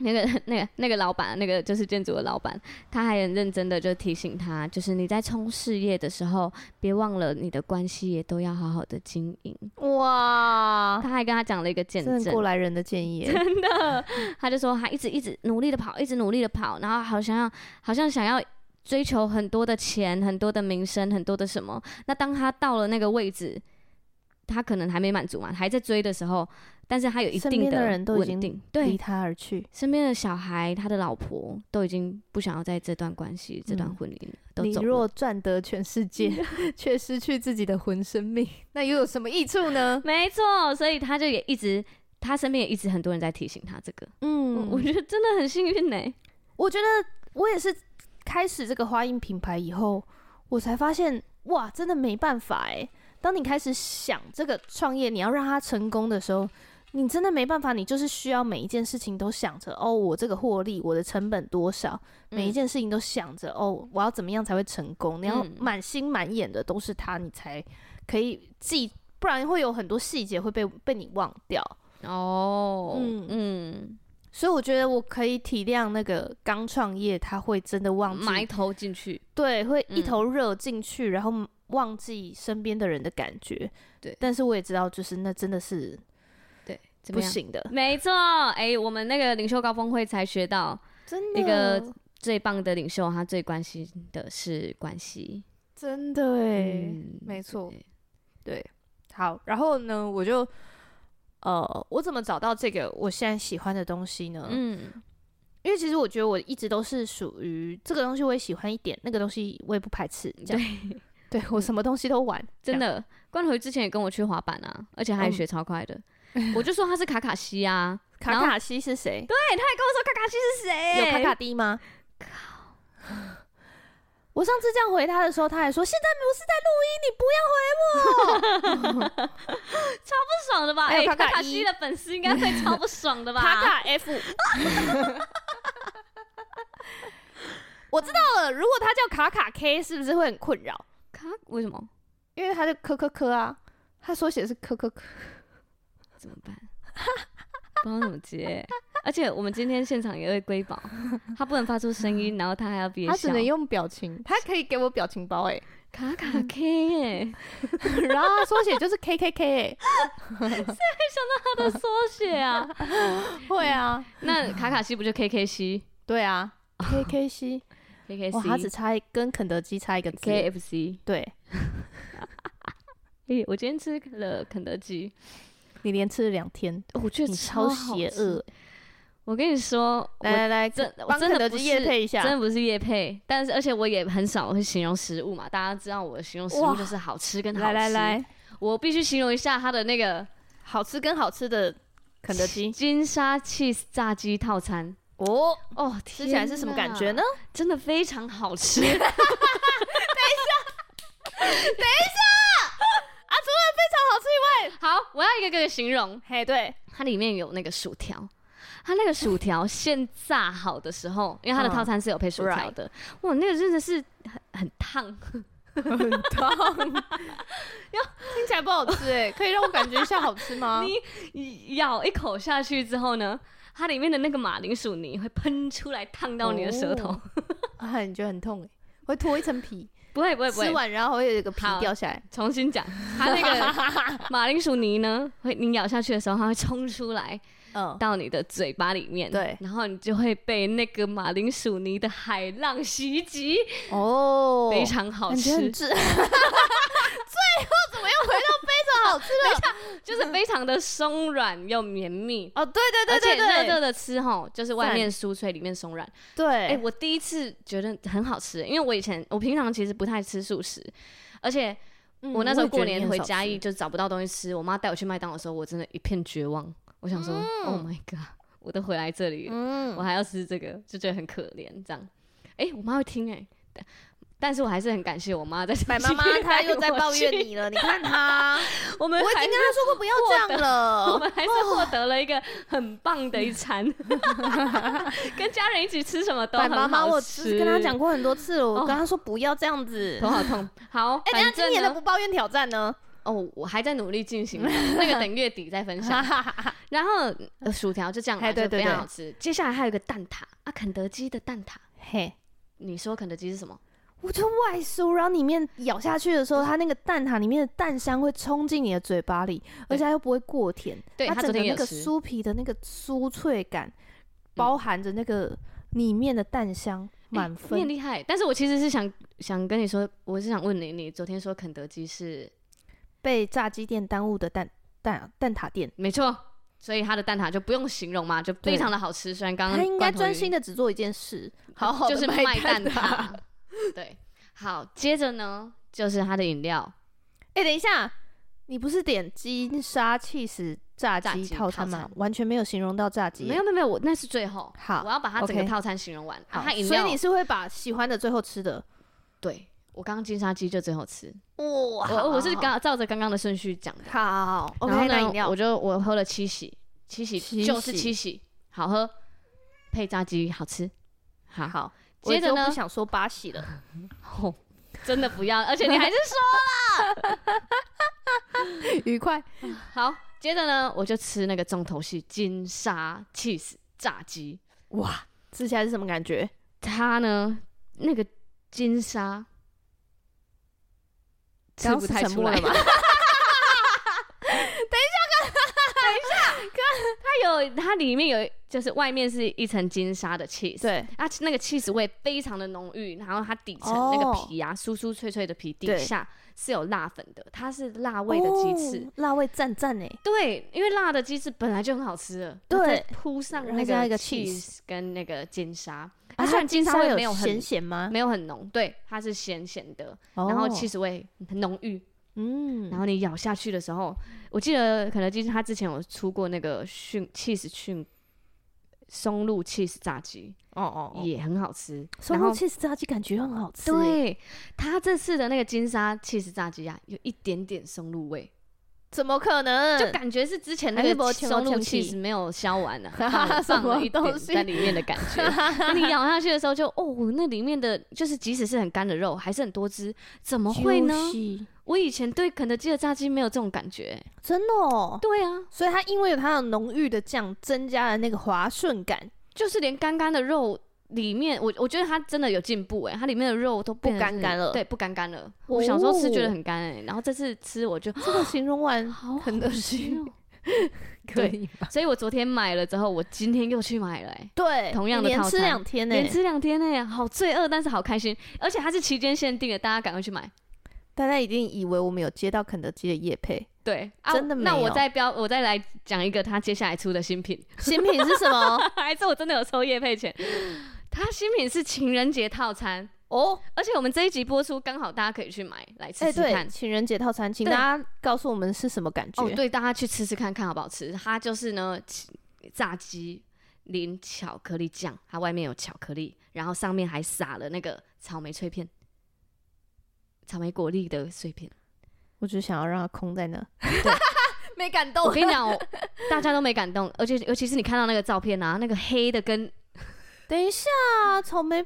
那个那个那个老板，那个就是建筑的老板，他还很认真的就提醒他，就是你在冲事业的时候，别忘了你的关系也都要好好的经营。
哇，
他还跟他讲了一个见
真的
证
过，来人的建议耶，
真的，他就说他一直一直努力的跑，一直努力的跑，然后好像要好像想要追求很多的钱、很多的名声、很多的什么。那当他到了那个位置，他可能还没满足嘛，还在追的时候，但是他有一
身
定
边的人都已
稳
经
定，
离
对
他而去。
身边的小孩、他的老婆都已经不想要在这段关系、这段
嗯
婚姻都
你
走
若
了。
赚得全世 界，却失去自己的魂生命，那又有什么益处呢？
没错，所以他就也一直，他身边也一直很多人在提醒他这个。
嗯
我我觉得真的很幸运呢、
我觉得我也是开始这个花印品牌以后，我才发现哇，真的没办法哎。当你开始想这个创业，你要让它成功的时候，你真的没办法，你就是需要每一件事情都想着哦，我这个获利，我的成本多少，每一件事情都想着、哦，我要怎么样才会成功？你要
嗯
满心满眼的都是它，你才可以记，不然会有很多细节会被被你忘掉。
哦，
嗯
嗯，
所以我觉得我可以体谅那个刚创业，他会真的忘记
埋头进去，
对，会一
嗯
头热进去，然后嗯忘记身边的人的感觉。
对
但是我也知道，就是那真的是
对，怎
不
么样？
行的，
没错，哎、我们那个领袖高峰会才学到，
真
的那个最棒的领袖他最关心的是关系。
真的哎，
嗯
没错
对，
对，好，然后呢，我就呃，我怎么找到这个我现在喜欢的东西呢？
嗯
因为其实我觉得我一直都是属于这个东西我也喜欢一点，那个东西我也不排斥，这样。 对我什么东西都玩，
真
这样
的，关头之前也跟我去滑板啊，而且他也
嗯
学超快的。我就说他是卡卡西啊，
卡
然后
卡西是谁？
对，他还跟我说卡卡西是谁？
有卡卡低吗？我上次这样回他的时候，他还说：“现在不是在录音，你不要回我。
不爽的吧？
还有
哎、
卡卡
卡卡
一
西的粉丝应该会超不爽的” 吧？
卡卡 F，我知道了。如果他叫卡卡 K，是不是会很困扰？
卡为什么？
因为他就科科科啊，他缩写是科科科。
怎么办？ 不知道怎么接。而且我们今天现场也会瑰宝，他不能发出声 音，然后他还要憋笑。
他只能用表情，他可以给我表情包哎、
卡卡 K 耶、
然后他缩写就是 K K K 哎、
他的缩写啊。
会啊，
那卡卡西不就 K K 西
对啊，K K C，
？K K
哇，他只
C
差一跟肯德基差一个字，
K F C。
对
诶、我今天吃了肯德基，
你连吃了两天，
哦我觉得
你超
好
邪
吃
恶。。
我跟你说，我
来来来，
真我
帮
真
肯
的
德
不
基
是
夜配一下
真，的不是叶配，但是而且我也很少会形容食物嘛，大家知道我的形容食物
哇
就是好吃跟好吃。
来来，来，
我必须形容一下它的那个
好吃跟好吃的肯德基
金沙 cheese 炸鸡套餐。
哦，
哦，
吃起来是什么感觉呢？？
真的非常好 吃。等一下，等一下啊！除了非常好吃以外，好，我要一个个形容。
嘿，对，
它里面有那个薯条，它那个薯条现炸好的时候，因为它的
嗯
套餐是有配薯条的，哇，那个真的是很很烫。
很烫，听起来不好吃 哎，可以让我感觉一下好吃吗？嗯
你咬一口下去之后呢，它里面的那个马铃薯泥会喷出来，烫到你的舌头。
哦啊，你觉得很痛哎，会脱一层皮，
不会不会不
吃
会，
完然后会有一个皮
好
掉下来，
重新讲，它那个 马铃薯泥呢，会你咬下去的时候，它会冲出来
嗯，
到你的嘴巴里面，
对
然后你就会被那个马铃薯泥的海浪袭击，
哦，
非常好
感觉很
吃，
治。最后怎么又回到非常好吃 了？
就是非常的松软又绵密。
哦， 对对对
而且热
对
热
对
的吃吼，就是外面酥脆，里面松软。哎、
对，
我第一次觉得很好吃，因为我以前我平常其实不太吃素食，而且
嗯
我那时候
也觉
过
得你
年
很
回
少
嘉
吃嗯
义就找不到东西吃，我妈带我去麦当劳的时候，我真的一片绝望。我想说、o h my god，我 都回来这里了，
嗯
我还要吃这个，就觉得很可怜。这样，哎、我妈会听哎、但是我还是很感谢我妈在这
白妈妈
边
她又
带
在
我
抱怨
去，
你了，你看她，
我
我
们
已经
还
跟
是
她说过不要这样
我
了。
们还是获得了一个很棒的 一餐，跟家人一起吃什么都
白
很
妈妈，
好
我
吃。
跟她讲，过很多次了，我
哦
跟她说不要这样子。
头好痛。好，
哎，等一下
反
今
正
年的
呢
不抱怨挑战 呢？
哦，我还在努力 进行，那个等月底再分享。然后、呃薯条就这样嘛，
哎对
就
对
非常
对
好吃。接下来还有一个蛋挞啊，肯德基的蛋挞。
嘿，
你说肯德基是什么？
我就外酥，然后里面咬下去的时候，它那个蛋挞里面的蛋香会冲进你的嘴巴里，而且它又不会过甜。
对
它
他
整
昨
个
天也
那
有
个
吃
酥皮的那个酥脆感，包含着那个里面的蛋香，满
欸你很
分。
厉害。但是我其实是想想跟你说，我是想问你，你昨天说肯德基是
被炸鸡店耽误的蛋蛋蛋挞店，
没错，所以它的蛋挞就不用形容嘛，就非常的好吃。虽然刚刚
他应该
罐头
专
鱼
心的只做一件事，好好地
就是
卖
卖蛋啊
挞。
挞。对，好，接着呢就是它的饮料
哎，等一下，你不是点金沙气死炸
炸
鸡
鸡
套
套
餐吗
餐？
完全没有形容到炸鸡耶，
没有没有没有，我那是最后，
好
我要把它整个
OK
套餐形容完。啊
好，
它饮
所以
料
你是会把喜欢的最后吃的。
对我刚刚金沙鸡就最后吃，
哇，
我我是刚照着刚刚的顺序讲的。
好好
然后
，OK，那饮
呢，
料
我就我喝了七喜，七喜
七
就是
喜
七喜，好喝，配炸鸡好吃，好
好。我
接着
就
呢
不，想说八喜了，
哦真的不要，而且你还是 说
愉快。
好。接着呢，我就吃那个重头戏金沙 cheese 炸鸡，
哇，吃起来是什么感觉？
它呢那个金沙吃不太出来
刚刚是沉默了吗？
它有它里面有就是外面是一层金沙的 cheese，
对
它那个 cheese 味非常的浓郁，然后它底层
哦
那个皮啊，酥酥脆脆的皮底
对
下是有辣粉的，它是辣味的鸡翅。
哦辣味赞赞哎，
对，因为辣的鸡翅本来就很好吃了，
对
它再铺上
然后
那
加
个
一个
cheese 跟那个金沙，它
啊
虽然金沙味没
有
有很
咸咸吗？
没有很浓，对，它是咸咸的，
哦
然后 cheese 味很浓郁，
嗯，
然后你咬下去的时候，我记得肯德基它之前有出过那个熏 cheese 熏松露 cheese 炸鸡，
哦哦哦，
也很好吃。
松
然
露
后
cheese 炸鸡感觉很好吃，，欸
对它这次的那个金沙 cheese 炸鸡啊，有一点点松露味，
怎么可能？
就感觉是之前
嗯
那
还是没
个
有
松露
清清
cheese
气
没有消 完呢、啊，放了
什么
放了一
东
点
西
在里面的感 觉。那你咬下去的时候就哦，那里面的就是即使是很干的肉，还是很多汁，怎么会呢？
Juicy？
我以前对肯德基的炸鸡没有这种感觉、欸
真的哦，
对啊，
所以它因为有它的浓郁的酱，增加了那个滑顺感，
就是连干干的肉里面，我我觉得它真的有进步哎、它里面的肉都变得
不干干了
对，不干干了。我小时候吃觉得很干哎、然后这次吃我就，
这个形容完
好好
肯德基
吃哦
可以吗？
所以我昨天买了之后，我今天又去买了哎、
对，
同样
你
的
连
套
吃
餐
两天呢，欸
连吃两天哎、好罪恶，但是好开心，而且它是期间限定的，大家赶快去买。
大家一定以为我们有接到肯德基的业配，
对，啊
真的没有
那我再标，我再来讲一个它接下来出的新品，
新品是什 么？
还是我真的有收业配钱？它新品是情人节套餐，
哦，
而且我们这一集播出，刚好大家可以去买来吃
哎，
吃
对，
看。
情人节套餐，请
对
大家告诉我们是什么感觉
哦，？对，大家去吃吃看看好不好吃。它就是呢，起炸鸡淋巧克力酱，它外面有巧克力，然后上面还撒了那个草莓脆片、草莓果粒的碎片。
我只想要让它空在那，没感动
我跟你 讲，我大家都没感动，而且尤其是你看到那个照片啊，那个黑的跟，
等一下，草莓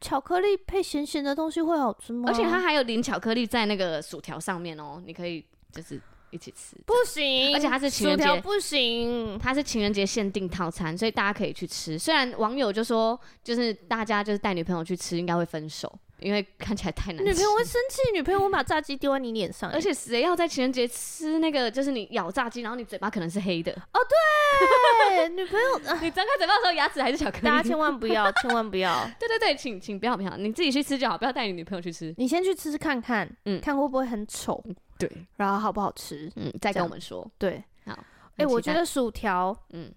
巧克力配咸咸的东西会好吃吗？
而且它还有淋巧克力在那个薯条上面哦，你可以就是一起吃。
不行，
而且它是情人
薯条
节
不行。
它是情人节限定套餐，所以大家可以去吃。虽然网友就说，就是大家就是带女朋友去吃，应该会分手，因为看起来太难
女
吃。
朋友会生气，女朋友会把炸鸡丢在你脸上、
而且谁要在情人节吃那个？就是你咬炸鸡，然后你嘴巴可能是黑的，
哎，女朋 友，啊
你张开嘴巴的时候牙齿还是巧克
大家
力。
千万不要，千万不要。
对对对，请请不要不要，你自己去吃就好，不要带你女朋友去吃。
你先去吃吃看看，
嗯
看会不会很丑，
对，
然后好不好吃。
嗯，再
这
跟
样
我们说。
对，
好，
哎、
很期
我觉
待
得薯条
嗯，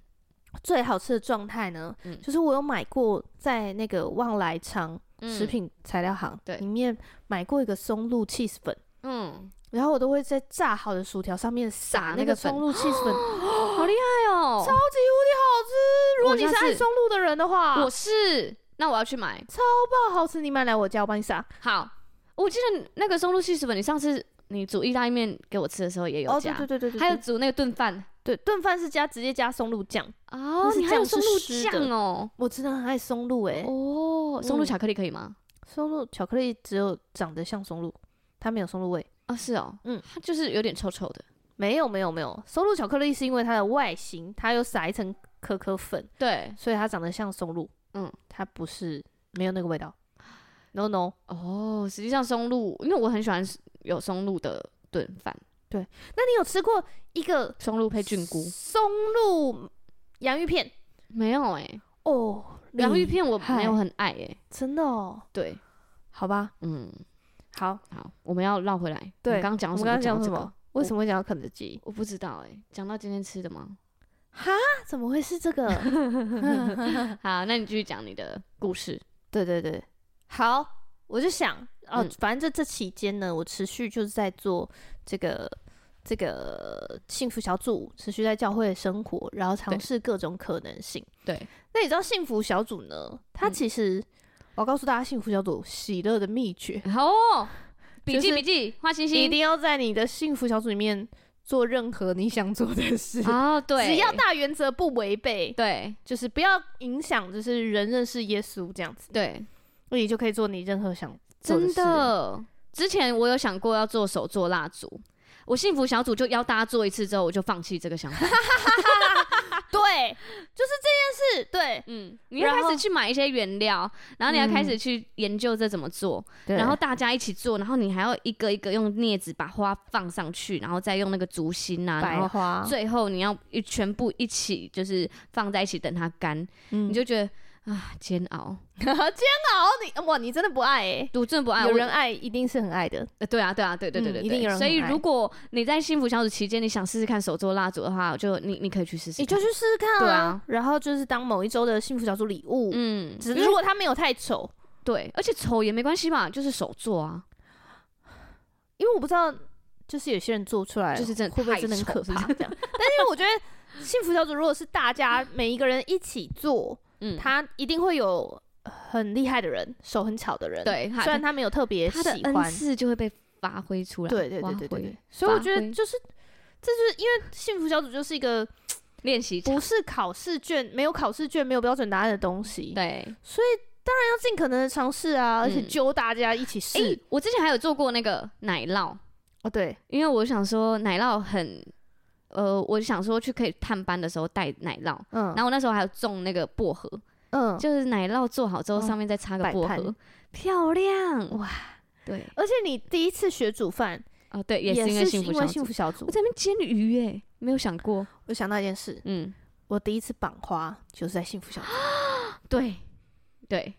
最好吃的状态呢，
嗯
就是我有买过在那个旺来昌食
嗯，
品材料行、
对
里面买过一个松露 cheese 粉，
嗯，
然后我都会在炸好的薯条上面
撒
撒
那
那
个
个
粉
松露 cheese 粉，
好厉害哦！
超级无敌好吃。如果
我
你
下
是爱
次
松露的人的话，
我是啊那我要去买。
不好吃，你买来我家，我帮你撒。
好，我记得那个松露细食粉，你上次你煮意大利面给我吃的时候也有
哦，
加，
对对对对对，
还有
对
煮那个炖饭。
对炖饭是加直接加松露酱，
哦
那，是
你还有
酱是
松露
湿的
酱哦。
我真的很爱松露诶、
哦，松露
嗯
巧克力可以吗？
松露巧克力只有长得像松露，它没有松露味。
啊，是哦，
嗯，
它就是有点臭臭的。
没有没有没有，松露巧克力是因为它的外形，它有撒一层可可粉，
对，
所以它长得像松露。
嗯，
它不是没有那个味道。No no，
哦，实际上松露，因为我很喜欢有松露的炖饭，
那你有吃过一个
松露配菌菇
松露洋芋片？
没有哎、
哦，
洋芋
你
片我没有
嗨
很爱哎、
真的哦，
对，
好吧，
嗯，
好，
好，我们要绕回来。
对
你刚刚讲
我们刚
到什么？
刚讲
到
什
这
么
个？？
为什么会讲到肯德基？
我不知道哎、讲到今天吃的吗？
哈，怎么会是这个？
好，那你继续讲你的故事。
对对对，好，我就想哦，
嗯
反正这这期间呢，我持续就是在做这个这个幸福小组，持续在教会生活，然后尝
对
试各种可能性。
对，
那你知道幸福小组呢？它
嗯
其实、我要告诉大家，幸福小组喜乐的秘诀，
好、哦，笔
就
记
是
笔记，画星星。
一定要在你的幸福小组里面做任何你想做的事。
哦，对，
只要大原则不违背，
对
就是不要影响，就是人认识耶稣这样子，
对，
那你就可以做你任何想做
真
事
的。之前我有想过要做手做蜡烛，我幸福小组就邀大家做一次之后，我就放弃这个 想法。
啊对，就是这件事，对，
嗯，你要
然
开
后
始去买一些原料，然后你要开
嗯
始去研究这怎么做，
然
然后
后
大家一起做，然后你还要一个一个用镊子把花放上去，然后再用那个竹芯啊，然后
花
最后你要一全部一起就是放在一起等它干，
你
你
就
就觉得啊煎熬，
嗯 煎熬，哦你哇，你真的不爱哎、
我真的不爱
有
我
人爱一定是很爱的，
呃对啊对啊对对对
嗯
对
一定有人
所以
很爱
如果你在幸福小组期间你想试试看手做蜡烛的话，就你你可以去试试看，
你就去试试看啊。
对啊
然后就是当某一周的幸福小组礼物，
嗯，
只
因为
如果他没有太丑，
对，而且丑也没关系吧，就是手做啊，
因为我不知道，就是有些人做出来
就是真的
会不会
太
真的很
丑
可
是
怕这样？但是因为我觉得幸福小组如果是大家每一个人一起做，
嗯，
他一定会有很厉害的人，手很巧的人。，
对，他
虽然他没有特别
他的
喜
恩
欢，
赐就会被发挥出来，
对对对
发
对对
挥
对，所以我
发
觉得
挥
就是，这就是因为幸福小组就是一个
练习场
不是考试卷、没有考试卷、没有标准答案的东西，
对。
所以当然要尽可能的尝试啊，而且
嗯
揪大家一起试。
诶我之前还有做过那个奶酪，
哦，对，
因为我想说奶酪很，呃，我想说去可以探班的时候带奶酪，
嗯
然后我那时候还有种那个薄荷，
嗯，
就是奶酪做好之后
哦
上面再插个
摆
薄
盘
荷，漂亮
哇！
对，
而且你第一次学煮饭
哦对，
也
也是因为幸福小
幸
组，
福小组
我。在那边煎鱼诶，没有想过，
我想到一件事，
嗯，
我第一次绑花就是在幸福小组，
对，对，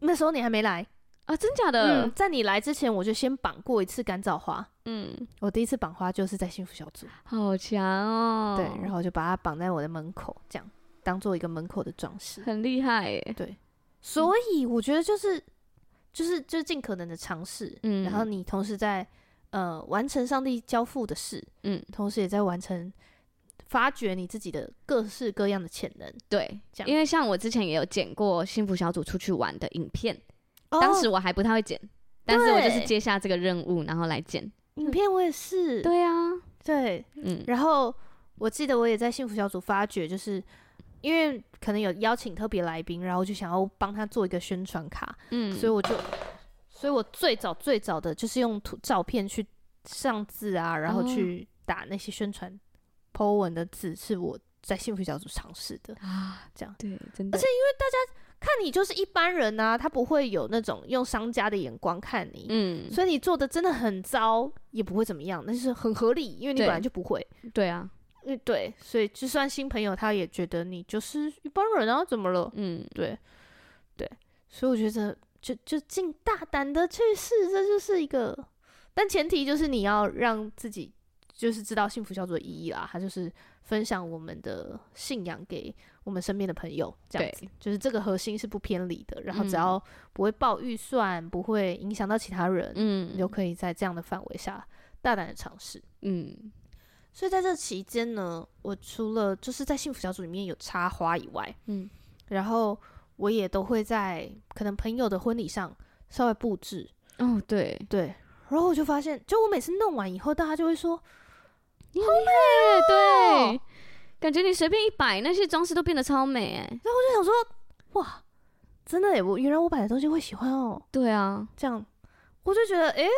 那时候你还没来，
啊，真假的
嗯，，在你来之前我就先绑过一次干燥花。
嗯，
我第一次绑花就是在幸福小组，
好强哦，
对，然后我就把它绑在我的门口，这样当做一个门口的装饰。
很厉害诶，
所以我觉得就是就是就是尽可能的尝试，
嗯
然后你同时在呃完成上帝交付的事，
嗯，
同时也在完成发掘你自己的各式各样的潜能。
对
这，样
因为像我之前也有剪过幸福小组出去玩的影片，当时我还不太会剪，但是我就是
对
接下这个任务，然后来剪。
影片我也是，
对啊，
对
嗯，
然后我记得我也在幸福小组发觉，就是因为可能有邀请特别来宾，然后我就想要帮他做一个宣传卡，
嗯，
所以我就，所以我最早最早的就是用图照片去上字啊，然后
哦
去打那些宣传 po 文的字，是我在幸福小组尝试的。
啊，
这样
对，真
而
的，
且看你就是一般人啊，他不会有那种用商家的眼光看你。
嗯，
所以你做的真的很糟，也不会怎么样，那是很合理，因为你
对
本来就不会。
对啊，
嗯，对，所以就算新朋友，他也觉得你就是一般人啊，怎么了？
嗯，
对，对，所以我觉得就就尽大胆的去试，这就是一个，但前提就是你要让自己就是知道幸福小组的意义啦，它就是分享我们的信仰给我们身边的朋友，这样
对
子，就是这个核心是不偏离的，然后只
嗯
要不会爆预算，不会影响到其他人，你就
嗯，
可以在这样的范围下大胆的尝试。
嗯，
所以在这期间呢，我除了就是在幸福小组里面有插花以外，
嗯，
然后我也都会在可能朋友的婚礼上稍微布置，
哦，对，
对。然后我就发现，就我每次弄完以后，大家就会说，哦
哎对，感觉你随便一摆，那些装饰都变得超美哎、
然后我就想说，哇，真的耶，我原来我摆的东西会喜欢哦，
对啊，
这样，我就觉得，诶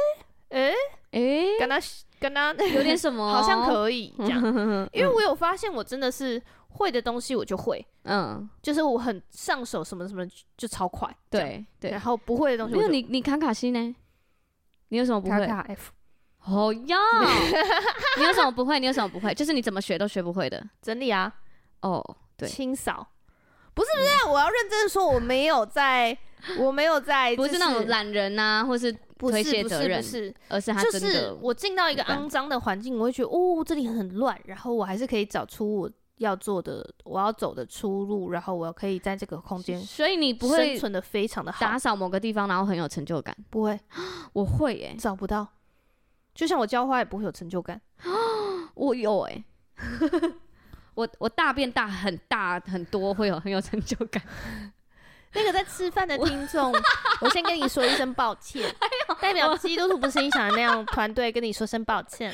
诶，
哎、
跟他跟他
有点什么 哦、
好像可 以这样，
嗯，
因为我有发现，我真的是会的东西我就会，
嗯，
就是我很上手什么什么就超快，这样，
对对
然。后不会的东西
那
我
个
就
你你卡卡西呢？你有什么不会？
卡 F，
哦 呀，你有什么不会？你有什么不会？就是你怎么学都学不会的。
整理啊，
哦，对，嗯
清扫，不是不是，我要认真地说，我没有在，我没有在，
不是那种，懒人呐、或是
不
推
是
卸
不
责
是不
任
是，
而是他
就
真
是
的
我进到一个
不敢
肮脏的环境，我会觉得哦，这里很乱，然后我还是可以找出我要做的、我要走的出路，然后我可以在这个空间
所以你不
生
会
存的非常的好
打，扫某个地方，然后很有成就感。
不会
我会耶、
找不到。就像我浇花也不会有成就感，
我有哎、 我我大便大很大很多，会有很有成就感。
那个在吃饭的听众，我哎先跟你说一声抱 歉，代表基督徒不是你想的那样团队跟你说声抱歉。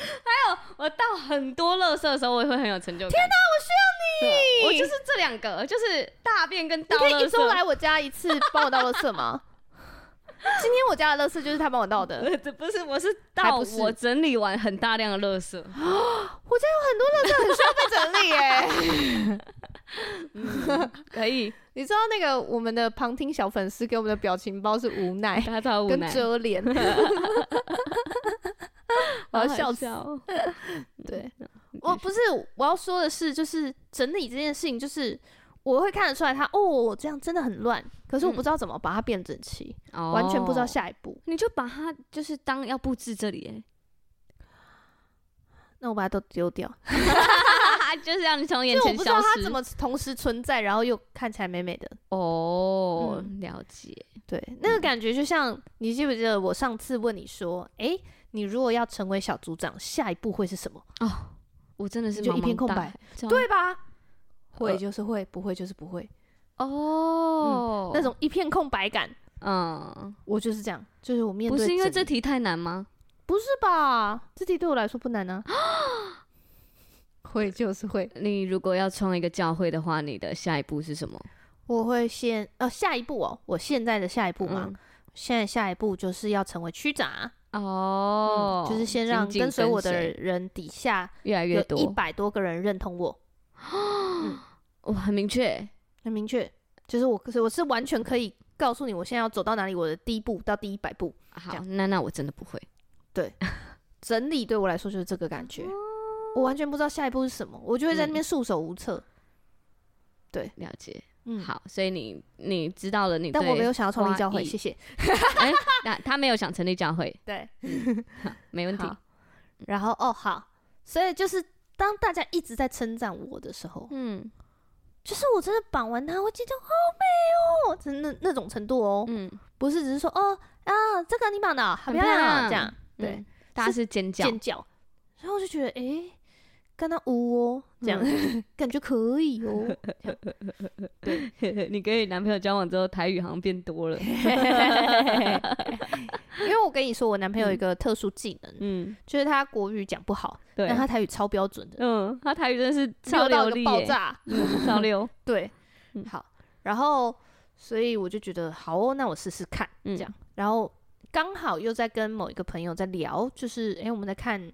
我倒很多垃圾的时候，我也会很有成就感。天哪，我需要你！我就是这两个，就是大便跟
你
倒
可以
垃
一周
圾。
来我家一次帮我倒垃圾吗？ 今天我家的垃圾就是他帮我倒的，
这不是，我是
还
倒
不是
我整理完很大量的垃圾。
很需要被整理耶、
可以，
你知道那个我们的旁听小粉丝给我们的表情包是无奈
大家超无
跟
奈，
遮 脸，我要笑死。
哦。
对，我不是我要说的是，就是整理这件事情，就是我会看得出来他哦，这样真的很乱，可是我不知道怎么把它变整齐，
哦
完全不知道下一步。
你就把它就是当要布置这
欸
里，
那我把它都丢掉，
哎 就是让你从眼
就我
前
不知道
消
它
失
怎。么同时存在，然后又看起来美美的。
哦，
嗯
了解。
对，那
嗯
个感觉就像你记不记得我上次问你说，诶，你如果要成为小组长，下一步会是什么？
哦，我真的是
就一
茫
片
茫
空
大
白
海，这样
对吧？会
哦呃
就是会，不会就是不会，嗯
哦，
那种一片空白感，
嗯，
我就是这样，就是我面
不
对
是因为
整
这
个
题太难吗？
不是吧？这题对我来说不难 啊。会就是会，
你如果要创一个教会的话，你的下一步是什么？
我会先呃下一步哦，我现在的下一步嘛，
嗯
现在下一步就是要成为区长，
哦，
嗯就是先让
紧紧
跟随我的
随
人底下
越来越
有一
多，
百多个人认同我，
哇，很明确。
很明确，就是我，可是我是完全可以告诉你，我现在要走到哪里，我的第一步到第一百步，这
好，
样
那那我真的不会。
整理对我来说就是这个感觉，
哦
我完全不知道下一步是什么，我就会在
嗯
那边束手无策。
了解，
嗯，
好，所以你你知道了你，
但我没有，想要创立教
花
会，
艺
谢谢。
哎，那他没有想成立教会，
对，
没问题
好。然后哦好，所以就是当大家一直在称赞我的时候，
嗯
就是我真的绑完它，我觉得好美哦，真的那种程度哦，
嗯，
不是只是说哦啊这个你绑的哦好
很
漂亮啊
漂亮
这样，对
嗯，大家是尖叫，
尖叫，然后我就觉得诶，跟他舞哦， 这样、感觉可以哦，
你跟你男朋友交往之后，台语好像变 多了。
因为我跟你说，我男朋友有一个特殊技能，
嗯，
就是他国语讲不好，
对
但，他台语超标准的，
嗯，他台语真的是超
飙到
流
一个
利
爆
耶，
炸。
嗯超溜。
对，
嗯
好，然后所以我就觉得好哦，那我试试看，
嗯
这样，然后刚好又在跟某一个朋友在聊，就是诶，我们在看。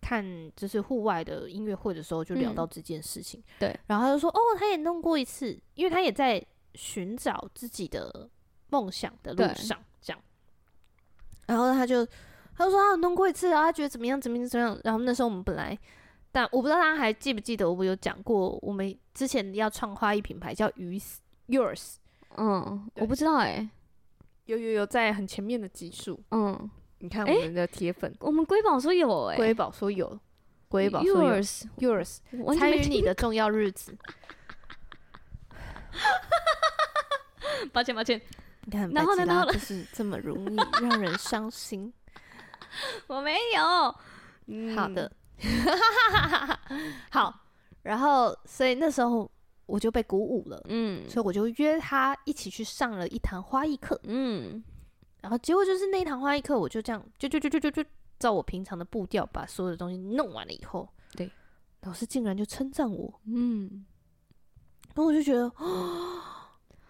看，就是户外的音乐会的时候，就聊
嗯
到这件事情。
对，
然后他就说：“哦，他也弄过一次，因为他也在寻找自己的梦想的路
对
上，这样。”然后他就他就说他有弄过一次，然后啊他觉得怎么样怎么样怎么样。然后那时候我们本来，但我不知道大家还记不记得，我有讲过，我们之前要创花艺品牌叫鱼 Yours，
嗯，
对
我不知道哎，
有有有在很前面的集数，
嗯，
你看
诶
我们的铁粉
我们瑰宝说有哎，
瑰宝说有，瑰宝说有
yours，
Yours
我完全
参
没
与你
听，
的重要日子，
抱歉抱歉，
你看，
然后呢
百吉拉
然后呢
就是 这么容易让人伤心。
我没有。嗯
好的，好，然后所以那时候我就被鼓舞了，
嗯
所以我就约他一起去上了一堂花艺课。
嗯，
然后结果就是那一堂花艺课，我就这样就就就就就就照我平常的步调把所有的东西弄完了以后，
对，
老师竟然就称赞我，
嗯，
然后我就觉得，哦，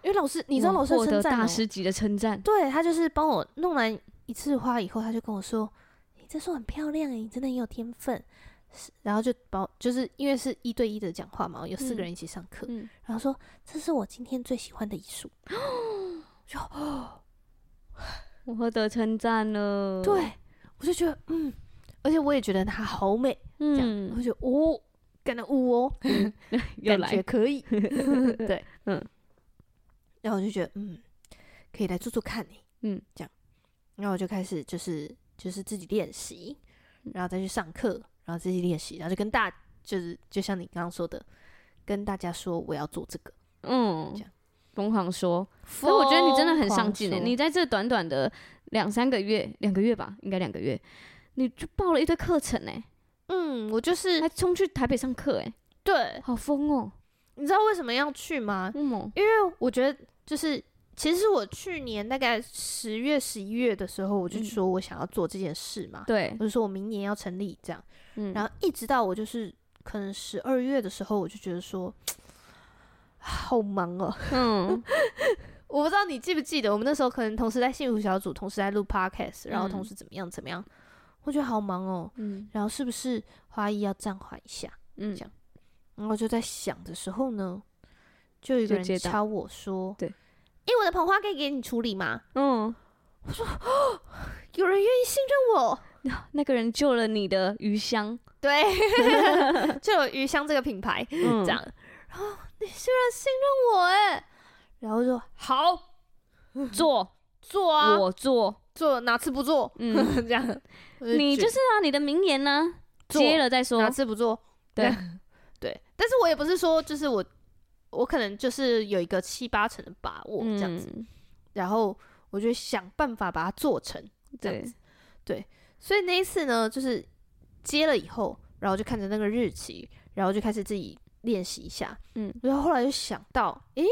因为老师你知道
哇
老师的
获
称
得
赞、
大
哦，
师级的称赞，
对他就是帮我弄完一次花以后，他就跟我说：“你这束很漂亮诶，欸你真的很有天分。”是，然后就把我就是因为是一对一的讲话嘛，有四个人一起上课，
嗯，
然后说：“这是我今天最喜欢的一束。
哦我获得称赞了，
对，我就觉得嗯，而且我也觉得它好美，这样，我就
嗯，
觉得哦，干得呜哦，
又
感觉
来，
可 以，对，
嗯，
然后我就觉得嗯，可以来做做看你，
嗯，
这样，然后我就开始就是就是自己练习，
嗯
然后再去上课，然后自己练习，然后就跟大就是就像你刚刚说的，跟大家说我要做这个，
嗯
这样，
疯狂说，所以我觉得你真的很上进诶，
疯狂说
你在这短短的两三个月，两个月吧，应该两个月，你就报了一堆课程欸诶，
嗯，我就是
还冲去台北上课诶，
对，
好疯哦，
你知道为什么要去吗？
嗯哦，
因为我觉得就是。其实我去年大概十月、十一月的时候，我就
嗯
说我想要做这件事嘛，
对
我，就说我明年要成立这样，
嗯，
然后一直到我就是可能十二月的时候，我就觉得说好忙哦。
嗯，
我不知道你记不记得，我们那时候可能同时在幸福小组，同时在录 podcast，然后
嗯
同时怎么样怎么样，我觉得好忙哦。
嗯
然后是不是花艺要暂缓一下？
嗯
这样然后就在想的时候呢，就有一个
就接
人
到
敲我说：“
对
诶，我的捧花可以给你处理吗？
嗯，
有人愿意信任我。”
那个人救了你的鱼香，
对，就有鱼香这个品牌，
嗯
这样。然后你居然信任我哎、然后就好
做，
做啊，
我做，
做哪次不做？
嗯，
这样，
你就是是啊，你的名言呢，
做
接了再
哪
说，
次不做？
对
对，但是我也不是说就是我，我可能就是有一个七八成的把握这样子，
嗯，
然后我就想办法把它做成。这样
对
子，所以那一次呢，就是接了以后，然后就看着那个日期，然后就开始自己练习一下。
嗯，
然后后来就想到，诶，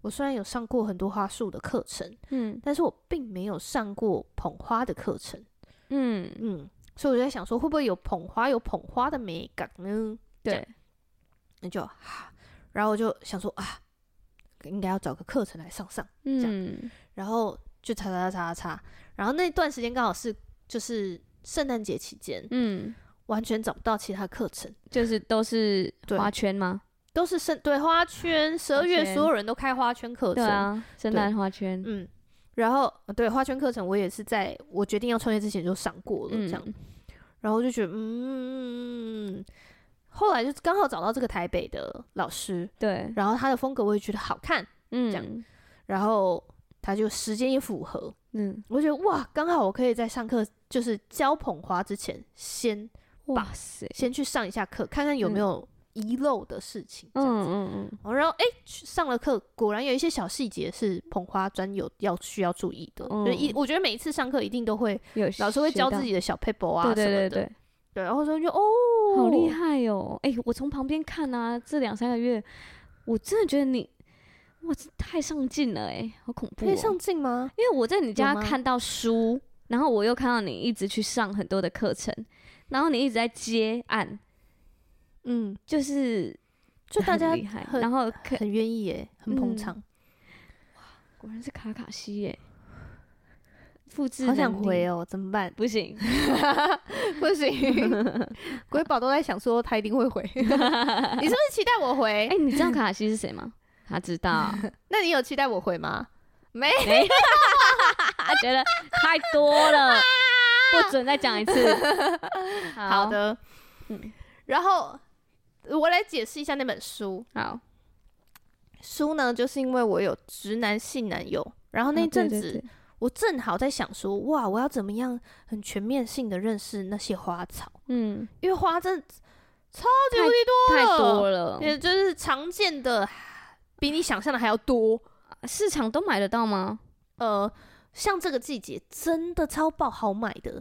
我虽然有上过很多花束的课程，
嗯
但是我并没有上过捧花的课程。
嗯，
嗯，所以我就在想说，会不会有捧花有捧花的美感呢？这
对
样，那就，啊然后我就想说啊，应该要找个课程来上上。样
嗯
然后就查查查查查，然后那段时间刚好是就是圣诞节期间，
嗯，
完全找不到其他课程，
就是都是
对
花圈吗？
都是圣对花圈，十二
花
月
圈
所有人都开花圈课
对
程，
啊，圣诞花圈，
嗯，然后呃对花圈课程我也是在我决定要创业之前就上过了，这样，
嗯
然后我就觉得嗯，后来就刚好找到这个台北的老师，
对，
然后他的风格我也觉得好看，
嗯，
这样然后他就时间也符合，
嗯，
我觉得哇，刚好我可以在上课就是教捧花之前先
哇塞，
先去上一下课，看看有没有遗漏的事情，这样子
嗯嗯嗯，
哦然后哎、去上了课，果然有一些小细节是捧花专有要需要注意的。
嗯
就一，我觉得每一次上课一定都会，
有
老师会
学
教
到
自己的小 paper 啊
对
什么的。
对对对，
对然后说就哦，
好厉！害哦！哎、我从旁边看啊，这两三个月，我真的觉得你，哇，这太上进了哎、好恐怖、
可
哦！
以上镜 吗？
因为我在你家
吗
看到书，然后我又看到你一直去上很多的课程，然后你一直在接案，
嗯，
就是
就大家
很厉害，然后可
很嗯愿意耶，很捧场，
果然是卡卡西耶、复制
好想
能力？
回哦，怎么办
不行，
不行， 瑰宝都在想说他一定 会回。你是不是期待我回
哎、？你知道卡卡西是谁吗？他 知道，
那你有期待我回吗？没，
他觉得太多 了，不准再 讲一次。
好，的，
嗯
然后我来解释一下那本书。
好，
书呢，就是因为我有直男性男友，然后那一阵子、
啊对对对
我正好在想说，哇，我要怎么样很全面性的认识那些花草，
嗯，
因为花真的超级
太
无敌
太
多
多了
多，，也就是常见的比你想象的还要多。
市场都买得到吗？
呃，像这个季节真的超爆好买的。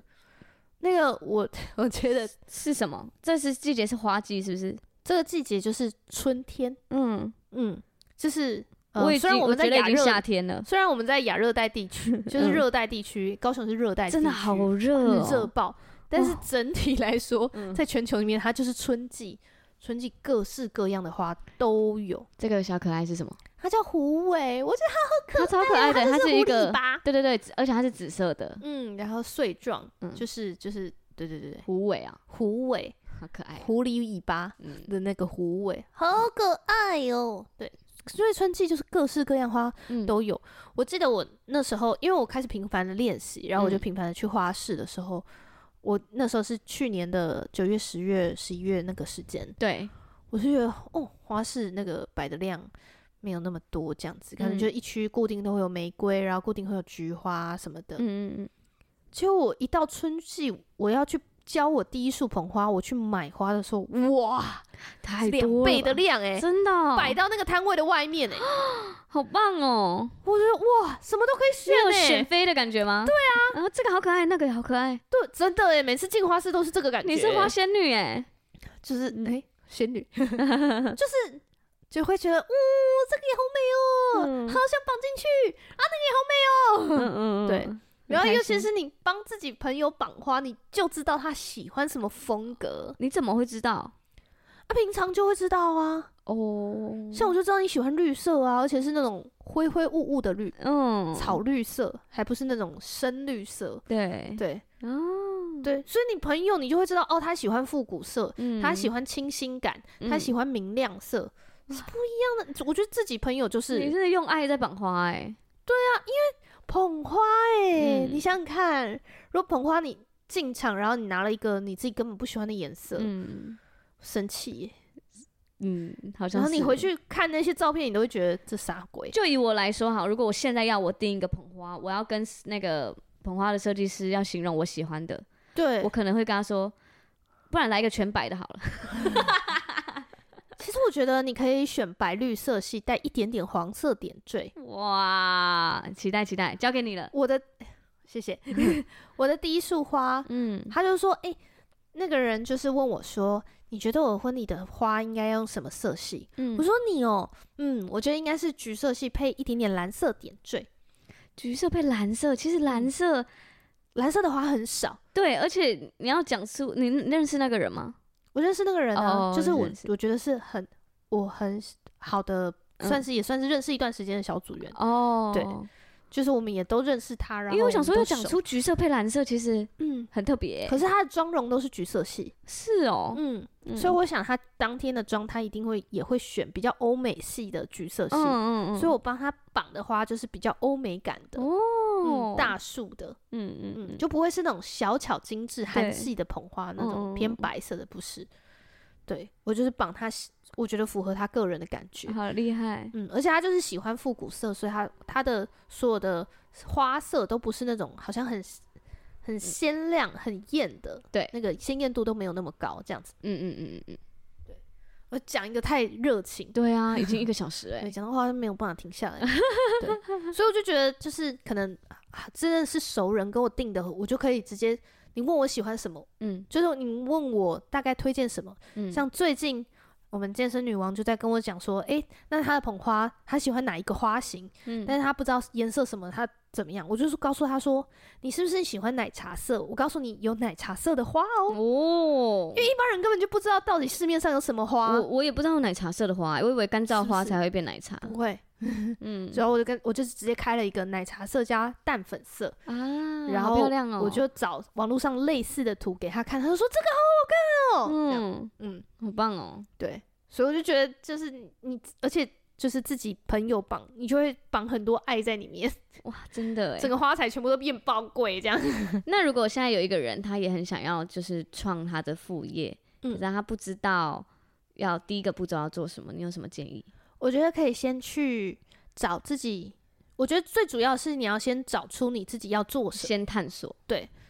那个我 我觉得
是什么？这是季节是花季，是不是？
这个季节就是春天，
嗯
嗯，就是、呃
我已
虽然
经
我
我
们在
觉得已
亚
经
热，
夏天了，
虽然我们在亚热带地区，就是
嗯
热带地区，高雄是热带地区，
真的好热
很
哦、
热爆。但是整体来说，
嗯
在全球里面，它就是春季，春季各式各样的花都有。
这个小可爱是什么？
它叫狐尾，我觉得
它超可爱
它它
的，它
就是狐
一
狸
个，
吧
对对对，而且它是紫色的
嗯，然后穗状，
嗯
就是就是，对对对对，
虎尾啊，
狐尾，
好可爱。啊
狐狸尾巴
哎嗯
的那个狐尾，好可爱哟、对，所以春季就是各式各样花
哦嗯，
都有。我记得我那时候，因为我开始频繁的练习，然后我就
嗯
频繁的去花市的时候，我那时候是去年的九月、十月、十一月那个时间，
对，
我是觉得哦，花市那个摆的量没有那么多，这样子，可能
嗯
就一区固定都会有玫瑰，然后固定会有菊花什么的。
嗯嗯嗯，
结果我一到春季，我要去。教我第一束捧花，我去买花的时候，哇，
太
两
多
倍的
了吧，
量哎、
真的哦
摆到那个摊位的外面哎、
好棒哦！
我觉得哇，什么都可以选
你有
哎、
选妃的感觉吗？对啊，然后这个好可爱，那个也好可爱，
对，真的哎、每次进花市都是这个感觉、
你是花，仙女哎，
就是
嗯
哎、仙女，就是就会觉得，哦，这个也好美哦，
嗯
好想绑进去。
嗯嗯嗯，
对
嗯
然后，
很开
尤其
心
是你帮自己朋友绑花，你就知道他喜欢什么风格。
你怎么会知道？
啊，平常就会知道啊。
哦，
像我就知道你喜欢绿色啊，而且是那种灰灰雾雾的绿，
嗯，
草绿色，还不是那种深绿色。
对
对
哦，
对，所以你朋友你就会知道，哦，他喜欢复古色，
嗯
他喜欢清新感，他
嗯
喜欢明亮色，是不一样的。我觉得自己朋友就是
你是用爱在绑花哎，
捧花哎、
嗯
你想想看，如果捧花你进场，然后你拿了一个你自己根本不喜欢的颜色，
嗯
生气耶，
嗯，好像
然后你
是
回。去看那些照片，你都会觉得这傻鬼。
就以我来说好，如果我现在要我定一个捧花，我要跟那个捧花的设计师要形容我喜欢的，
对
我，可能会跟他说，不然来一个全白的好了。
其实我觉得你可以选白绿色系，带一点点黄色点缀。
哇，期待期待，交给你了。
我的，谢 谢，我的第一束花
嗯
他就说：“哎、那个人就是问我说，你觉得我婚礼的花应该要用什么色系？”
嗯
我，说：“你哦，嗯，我觉得应该是橘色系配一点点蓝色点缀，
橘色配蓝色，其实蓝色、
蓝色的花很少。
对，而且你要讲述你你认识那个人吗？
我认识那个人啊，
哦
就是我
认识
我觉得是很我很好的，
嗯
算是、也算是认识一段时间的小组员，
哦
对就是我们也都认识他。然后
因为我想说
们
要
都
讲
熟，
出橘色配蓝色，其实
嗯，
很特别欸、
可是他的妆容都是橘色系，
是哦，
嗯，
嗯
所以我想他当天的妆他一定会也会选比较欧美系的橘色系。
嗯嗯嗯，
所以我帮他绑的花就是比较欧美感的，
哦、
嗯，大树的，
嗯嗯
嗯，
嗯，
就不会是那种小巧精致韩
对
系的捧花那种
嗯
偏白色的，不是。对我就是绑他喜，我觉得符合他个人的感觉，
好厉害，
嗯，而且他就是喜欢复古色，所以他他的所有的花色都不是那种好像很很鲜亮、很艳的，
嗯对
那个鲜艳度都没有那么高，这样子。
嗯嗯嗯嗯嗯，
我讲一个太热情，
对啊，已经一个小时哎、
对，讲到话没有办法停下来， 对，所以我就觉得就是可能、啊、真的是熟人跟我定的，我就可以直接你问我喜欢什么，
嗯
就是你问我大概推荐什么，
嗯，
像最近。我们健身女王就在跟我讲说，诶，那她的捧花，她喜欢哪一个花型？
嗯
但是她不知道颜色什么，她怎么样？我就是告诉她说，你是不是喜欢奶茶色？我告诉你，有奶茶色的花哦。
哦，因为
一般人根本就不知道到底市面上有什么花，
我我也不知道有奶茶色的花欸，我以为干燥
是不
花
是
才会变奶茶，
不会。
嗯
然后我就跟我就直接开了一个奶茶色加淡粉色，
啊，
然
好
后
漂亮哦，
我就找网络上类似的图给他看，他就说这个好好看哦。这样
嗯，
嗯，
好棒哦，
对，所以我就觉得就是你你，而且就是自己朋友绑，你就会绑很多爱在里面，
哇，真的
整
哎。
个花材全部都变宝贵这样。
那如果现在有一个人，他也很想要就是创他的副业，
嗯
可是他不知道要第一个步骤要做什么，你有什么建议？
我觉得可以先去找自己，我觉得最主要是你要先找出你自己要做什么，
先探索，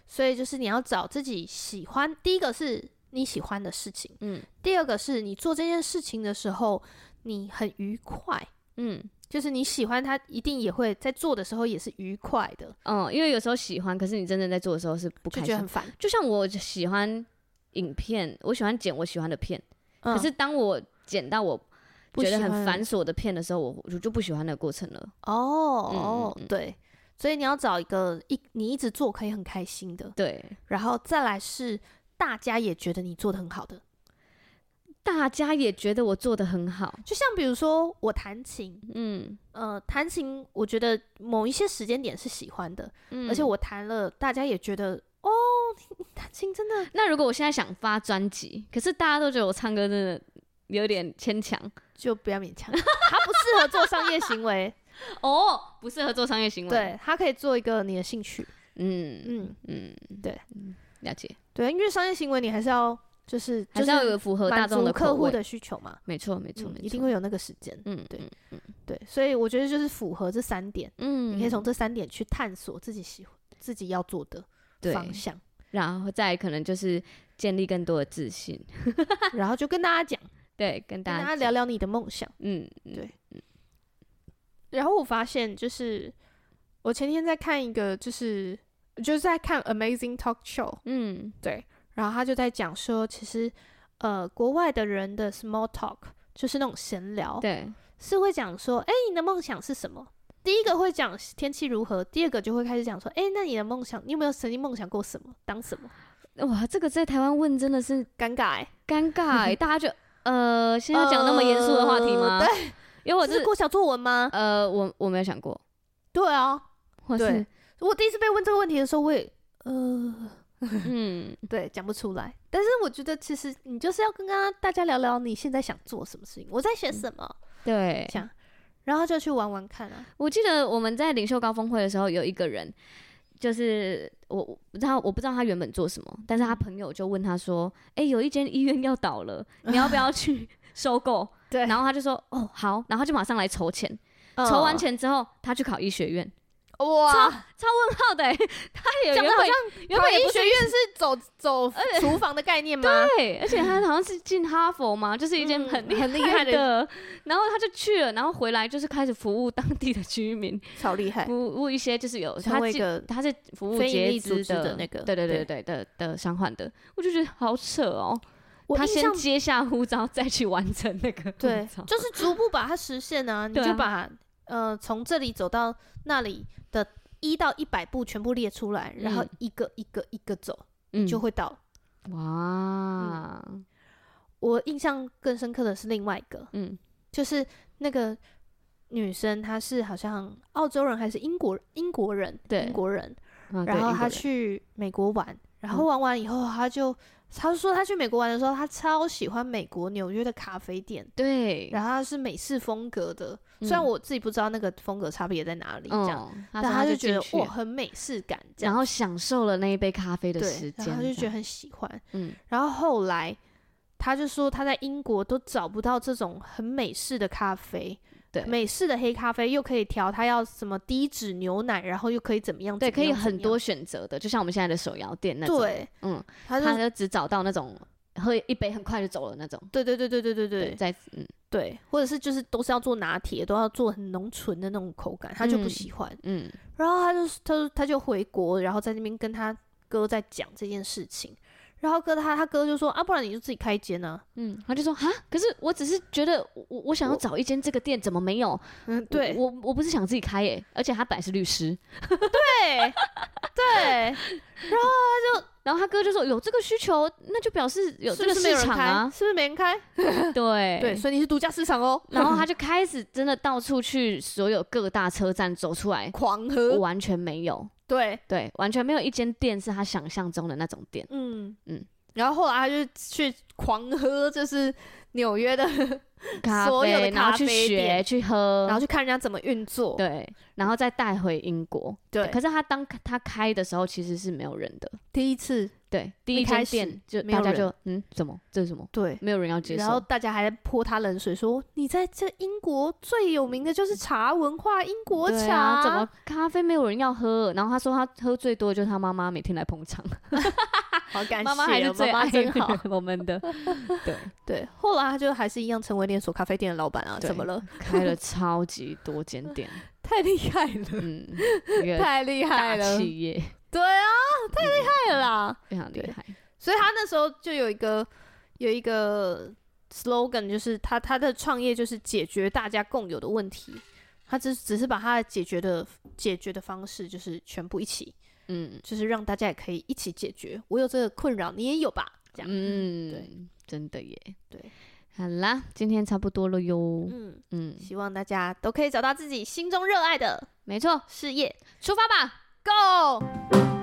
所以就是你要找自己喜欢，第一个是你喜欢的事情。
嗯
第二个是你做这件事情的时候，你很愉快，
嗯
就是你喜欢它，一定也会在做的时候也是愉快的，
嗯，因为有时候喜欢，可是你真正在做的时候是不
就
开
觉
心
得很烦。
就像我喜欢影片，我喜欢剪我喜欢的片，
嗯
可是当我剪到我
不
觉得
喜
很
欢
繁琐的片的时候，我我就不喜欢那个过程了。
哦哦
嗯嗯嗯，
对，所以你要找一个一你一直做可以很开心的，
对，
然后再来是大家也觉得你做的很好的，
大家也觉得我做的很好，
就像比如说我弹琴，
嗯，
呃，弹琴我觉得某一些时间点是喜欢的，
嗯
而且我弹了，大家也觉得哦，你你弹琴真的
那如果我现在想发专辑，可是大家都觉得我唱歌真的有点牵强
就不要勉强，它不适合做商业行为，
哦，不适合做商业行为。，
对，它可以做一个你的兴趣，
嗯
嗯，
嗯，
对
嗯，了解，
对，因为商业行为你还是要就是
还
就是
要有符合大
满
众
足
的
客
口
户
味
的需求嘛，
没错没错
嗯
没错，
一定会有那个时间，
嗯，嗯
对对，所以我觉得就是符合这三点，
嗯，
你可以从这三点去探索自己喜欢、自己要做的
对
方向，
然后再可能就是建立更多的自信，
然后就跟大家讲，跟
对，跟
大
大家
家聊
讲，
聊你的梦想。
嗯，
对然后我发现，就是我前天在看一个，就是就是在看 Amazing Talk Show，
嗯
对，然后他就在讲说，其实呃，国外的人的 small talk 就是那种闲聊，
对，
是会讲说，哎、你的梦想是什么？第一个会讲天气如何，第二个就会开始讲说，哎、那你的梦想，你有没有曾经梦想过什么，当什么？
哇，这个在台湾问真的是
尴尬、欸，
尴尬欸， 大家就呃，现在要讲那么严肃的话题吗？
呃
对，因为我
这是
是
国小作文吗？
呃，我我没有想过，
对啊，
或
对
是
我第一次被问这个问题的时候，我也呃，
嗯，
对，讲不出来。但是我觉得，其实你就是要跟刚刚大家聊聊你现在想做什么事情，我在写什么，
嗯对，
这样，然后就去玩玩看啊。
我记得我们在领袖高峰会的时候，有一个人，就是我我不知道我不知道他原本做什么，但是他朋友就问他说：“哎、有一间医院要倒了，你要不 要去收购？”
对嗯
然后他就说：“哦，好。”然后他就马上来筹钱，嗯筹完钱之后，他去考医学院。
哇，
超问号的、欸，他也
讲
原
的好
本
像
原
考
本也
医
不呃
学院是走 走厨房的概念吗？
对，而且他好像是进哈佛嘛，就是一间
嗯
很
很厉
害
害的
的。然后他就去了，然后回来就是开始服务当地的居民，
超厉害，
服务一些就是有
成
他
为一
进
个
他是服务
非营
截
利组
肢
织的那个
对对对对的的伤患的，我就觉得好扯哦。
我
他
印象
先接下护照，再去完成那个
对
护照，
就是逐步把它实现啊，你
对啊
就把呃从这里走到那里的一到一百步全部列出来，然后
嗯
一个一个一个走，
嗯
就会到。
哇，
我印象更深刻的是另外一个，
嗯
就是那个女生，她是好像澳洲人还是英国英国人，
对
英国人，
啊对
然后
英国
她
人
去美国玩，然后
嗯
玩完以后，她就她说她去美国玩的时候，她超喜欢美国纽约的咖啡店。
对，
然后它是美式风格的，虽然
嗯
我自己不知道那个风格差别在哪里，这样，
嗯他
但
说
她
他
就觉得
进去
哇，
了
很美式感，这
然
样
后享受了那一杯咖啡的时
对，
间，
然后她就觉
这
得
样
很喜欢。
嗯
然后后来他就说他在英国都找不到这种很美式的咖啡，
对
美式的黑咖啡又可以调他要什么低脂牛奶，然后又可以怎么样？
对，
怎
可
么
以
样
很多。选择的，就像我们现在的手摇店那
怎
种，
么样，对，
嗯，
他就
他就只找到那种喝一杯很快就走了那种，
对对对对对对对
在嗯
对，或者是就是都是要做拿铁，都要做很浓醇的那种口感，他就不
嗯
喜欢。
嗯
然后他就他就他就回国，然后在那边跟他哥在讲这件事情。然后哥他他哥就说啊，不然你就自己开一间啊呢、
嗯，他就说哈，可是我只是觉得我我我想要找一间这个店，怎么没有？
嗯，对，
我我我不是想自己开耶，而且他本来是律师，
对对，
然后他哥就说有这个需求，那就表示有
是不
这个
是没
市
有人
场
开？
啊，
是不是没人开？
对
对，。所以你是独家市场哦。，
然后他就开始真的到处去所有各大车站走出来
狂
我
喝，
完全没有，
对，
对，完全没有一间店是他想象中的那种店。
嗯嗯
嗯。
然后后来他就去狂喝，就是纽约的，
咖
所有的
啡，然
咖
后去
啡
学
店
去喝，
然后去看人家怎么运作。
对，然后再带回英国。
对
可是他当他开的时候其实是没有人的，
第一次，
对，第
一
一间
开始
店就
没有
大家
人
就嗯，什么这是什么？
对，
没有人要接
然后
受，
大家还在泼他冷水，说你在这英国最有名的就是茶文化，英国
对
茶。
啊，怎么咖啡没有人要喝？然后他说他喝最多就是他妈妈每天来捧场，
好感谢
妈妈还是
哦
最
妈
爱
妈真好。
我们的，对，
对，后来他就还是一样成为连锁咖啡店的老板啊，
对
怎么了？
开了超级多间店，
太厉害 了，
嗯，一个
太厉害
大
了，
企业
对啊， 太厉害了啦。
非常厉
对
害，
所以他那时候就有一个有一个 slogan 就是他他的创业就是解决大家共有的问题，他只只是把他的解决的解决的方式就是全部一起，
嗯
就是让大家也可以一起解决。我有这个困扰，你也有吧？这样，
嗯，
对，
真的耶，
对，
好啦，今天差不多了哟，
嗯，
嗯，
希望大家都可以找到自己心中热爱的
没错，
事业。
出发吧。
Go！